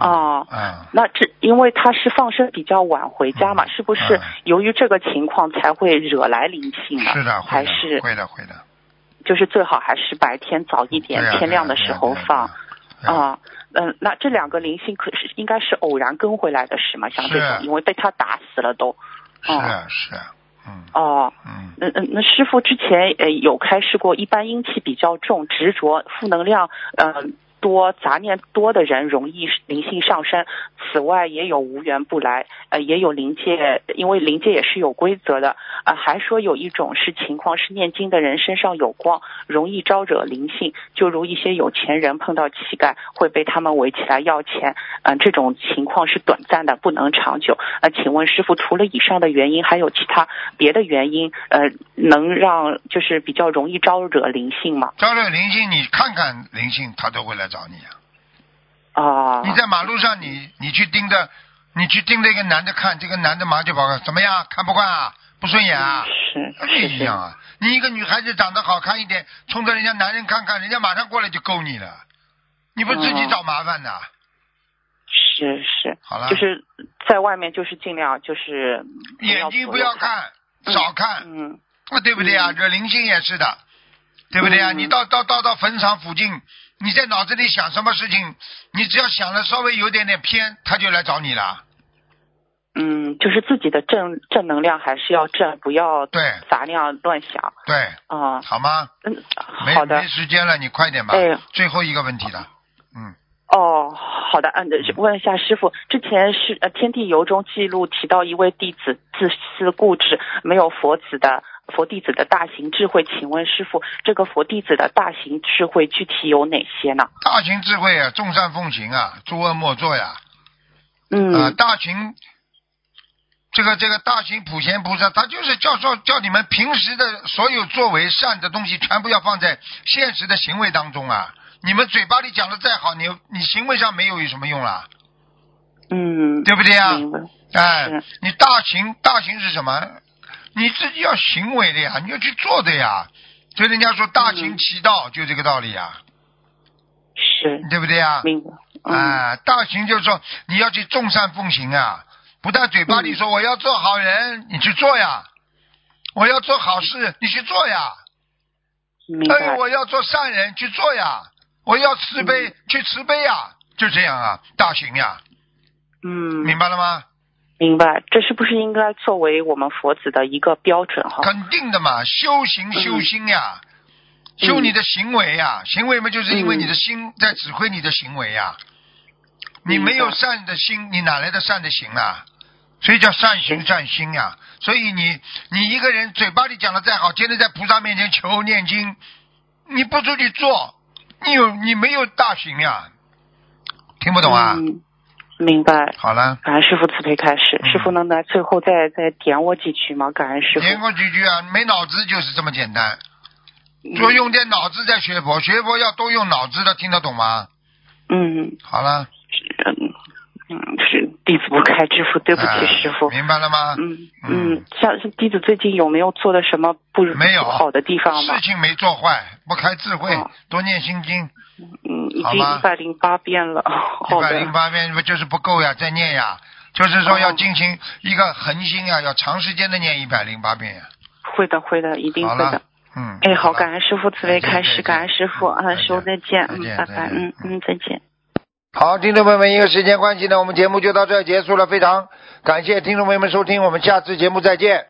[SPEAKER 5] 哦，
[SPEAKER 1] 嗯，
[SPEAKER 5] 那这因为他是放生比较晚回家嘛，是不
[SPEAKER 1] 嗯
[SPEAKER 5] 是由于这个情况才会惹来灵性呢？
[SPEAKER 1] 是的，会
[SPEAKER 5] 还
[SPEAKER 1] 的，
[SPEAKER 5] 是
[SPEAKER 1] 会的，会的。
[SPEAKER 5] 就是最好还是白天早一点，
[SPEAKER 1] 对呀
[SPEAKER 5] 天亮的时候放。
[SPEAKER 1] 对呀对呀对呀
[SPEAKER 5] 啊，嗯、那这两个灵性可是应该是偶然跟回来的是吗？像这
[SPEAKER 1] 是
[SPEAKER 5] 种，因为被他打死了都。
[SPEAKER 1] 是啊，是啊，嗯
[SPEAKER 5] 哦，
[SPEAKER 1] 嗯，
[SPEAKER 5] 那那那师傅之前呃有开示过，一般阴气比较重、执着、负能量呃多、杂念多的人容易灵性上升。此外，也有无缘不来，呃，也有灵界，因为灵界也是有规则的。呃，还说有一种是情况是念经的人身上有光，容易招惹灵性，就如一些有钱人碰到乞丐会被他们围起来要钱。嗯、这种情况是短暂的，不能长久。呃，请问师傅，除了以上的原因，还有其他别的原因，呃，能让就是比较容易招惹灵性吗？
[SPEAKER 1] 招惹灵性，你看看灵性，他都会来找你呀。
[SPEAKER 5] 啊、
[SPEAKER 1] 你在马路上你，你去盯着，你去盯着一个男的看，这个男的马上就跑过来，怎么样？看不惯啊？不顺眼啊？
[SPEAKER 5] 是
[SPEAKER 1] 那
[SPEAKER 5] 是
[SPEAKER 1] 一样
[SPEAKER 5] 是，
[SPEAKER 1] 啊！你一个女孩子长得好看一点，冲着人家男人看看，人家马上过来就勾你了，你不是自己
[SPEAKER 5] 嗯
[SPEAKER 1] 找麻烦呐？
[SPEAKER 5] 是是，
[SPEAKER 1] 好了，
[SPEAKER 5] 就是在外面就是尽量就是
[SPEAKER 1] 眼睛
[SPEAKER 5] 不
[SPEAKER 1] 不
[SPEAKER 5] 要
[SPEAKER 1] 要
[SPEAKER 5] 左右
[SPEAKER 1] 看，少看，
[SPEAKER 5] 嗯
[SPEAKER 1] 啊，对不对啊？惹灵性也是的，对不对啊？
[SPEAKER 9] 嗯
[SPEAKER 1] 你到到到到坟场附近，你在脑子里想什么事情，你只要想的稍微有点点偏，他就来找你了。
[SPEAKER 5] 嗯，就是自己的正正能量还是要正，不要
[SPEAKER 1] 对
[SPEAKER 5] 杂念乱想
[SPEAKER 1] 对，
[SPEAKER 5] 啊。
[SPEAKER 1] 好吗？
[SPEAKER 5] 嗯，
[SPEAKER 1] 没
[SPEAKER 5] 好的
[SPEAKER 1] 没，时间了，你快点吧。
[SPEAKER 5] 哎
[SPEAKER 1] 最后一个问题了，嗯，
[SPEAKER 5] 哦，好的，嗯，问一下师傅，之前是呃《天地游》中记录提到一位弟子自私固执，没有佛子的佛弟子的大型智慧，请问师傅，这个佛弟子的大型智慧具体有哪些呢？
[SPEAKER 1] 大行智慧啊，众善奉行啊，诸恶莫作呀、
[SPEAKER 5] 嗯，
[SPEAKER 1] 啊，大群，这个这个大群普贤菩萨，他就是教授叫你们平时的所有作为善的东西，全部要放在现实的行为当中啊。你们嘴巴里讲的再好，你你行为上没有有什么用啦，
[SPEAKER 5] 嗯，
[SPEAKER 1] 对不对啊？
[SPEAKER 5] 明白
[SPEAKER 1] 哎
[SPEAKER 5] 是，
[SPEAKER 1] 你大行大行是什么？你自己要行为的呀，你要去做的呀。所以人家说大行其道，就这个道理呀，
[SPEAKER 5] 是
[SPEAKER 1] 对不对呀？
[SPEAKER 5] 明白，嗯、
[SPEAKER 1] 啊，大行就是说你要去众善奉行啊，不但嘴巴里
[SPEAKER 5] 嗯
[SPEAKER 1] 说我要做好人，你去做呀；我要做好事，你去做呀；
[SPEAKER 5] 明
[SPEAKER 1] 哎，
[SPEAKER 5] 白，
[SPEAKER 1] 我要做善人，去做呀；我要慈悲，去慈悲呀，就这样啊，大行呀，
[SPEAKER 5] 嗯，
[SPEAKER 1] 明白了吗？
[SPEAKER 5] 明白，这是不是应该作为我们佛子的一个标准哈？
[SPEAKER 1] 肯定的嘛，修行修心呀，
[SPEAKER 5] 嗯
[SPEAKER 1] 修你的行为呀，行为嘛就是因为你的心在指挥你的行为呀，你没有
[SPEAKER 5] 明白
[SPEAKER 1] 善的心，你哪来的善的行啊？所以叫善行善心呀。所以你你一个人嘴巴里讲的再好，天天在菩萨面前求念经，你不出去做，你有你没有大行呀？听不懂啊？
[SPEAKER 5] 嗯，明白。
[SPEAKER 1] 好了，
[SPEAKER 5] 感恩师傅慈悲开示，
[SPEAKER 1] 嗯
[SPEAKER 5] 师傅能在最后再再点我几句吗？感恩师
[SPEAKER 1] 言
[SPEAKER 5] 傅。
[SPEAKER 1] 过几句啊，没脑子就是这么简单。多用点脑子在学佛，学佛要多用脑子的，听得懂吗？
[SPEAKER 5] 嗯
[SPEAKER 1] 好了，
[SPEAKER 5] 嗯嗯，是弟子不开，知父对不
[SPEAKER 1] 哎
[SPEAKER 5] 起师傅。
[SPEAKER 1] 明白了吗？
[SPEAKER 5] 嗯
[SPEAKER 1] 嗯
[SPEAKER 5] 嗯，像是弟子最近有没有做的什么不
[SPEAKER 1] 没有
[SPEAKER 5] 不好的地方吗
[SPEAKER 1] 事？情没做坏，不开智慧
[SPEAKER 5] 哦，
[SPEAKER 1] 多念心经，
[SPEAKER 5] 嗯，已
[SPEAKER 1] 好
[SPEAKER 5] 经
[SPEAKER 1] 吗
[SPEAKER 5] 一百零八遍了。
[SPEAKER 1] 一
[SPEAKER 5] 好
[SPEAKER 1] 百零
[SPEAKER 5] 的，
[SPEAKER 1] 八遍不就是不够呀？再念呀，就是说要
[SPEAKER 5] 哦
[SPEAKER 1] 进行一个恒心啊呀，要长时间的念一百零八遍呀。
[SPEAKER 5] 会的会的，一定
[SPEAKER 1] 好
[SPEAKER 5] 会的
[SPEAKER 1] 了。，嗯，
[SPEAKER 5] 哎，好，
[SPEAKER 1] 了
[SPEAKER 5] 感恩师傅慈悲
[SPEAKER 1] 再
[SPEAKER 5] 开示，
[SPEAKER 1] 见嗯
[SPEAKER 5] 感恩师傅啊，
[SPEAKER 1] 再见
[SPEAKER 5] 师傅再见，
[SPEAKER 1] 再
[SPEAKER 5] 嗯
[SPEAKER 1] 见，
[SPEAKER 5] 拜
[SPEAKER 1] 再
[SPEAKER 5] 拜，
[SPEAKER 1] 见
[SPEAKER 5] 嗯嗯，再见。
[SPEAKER 1] 好，听众朋友们，因为时间关系呢，我们节目就到这儿结束了。非常感谢听众朋友们收听，我们下次节目再见。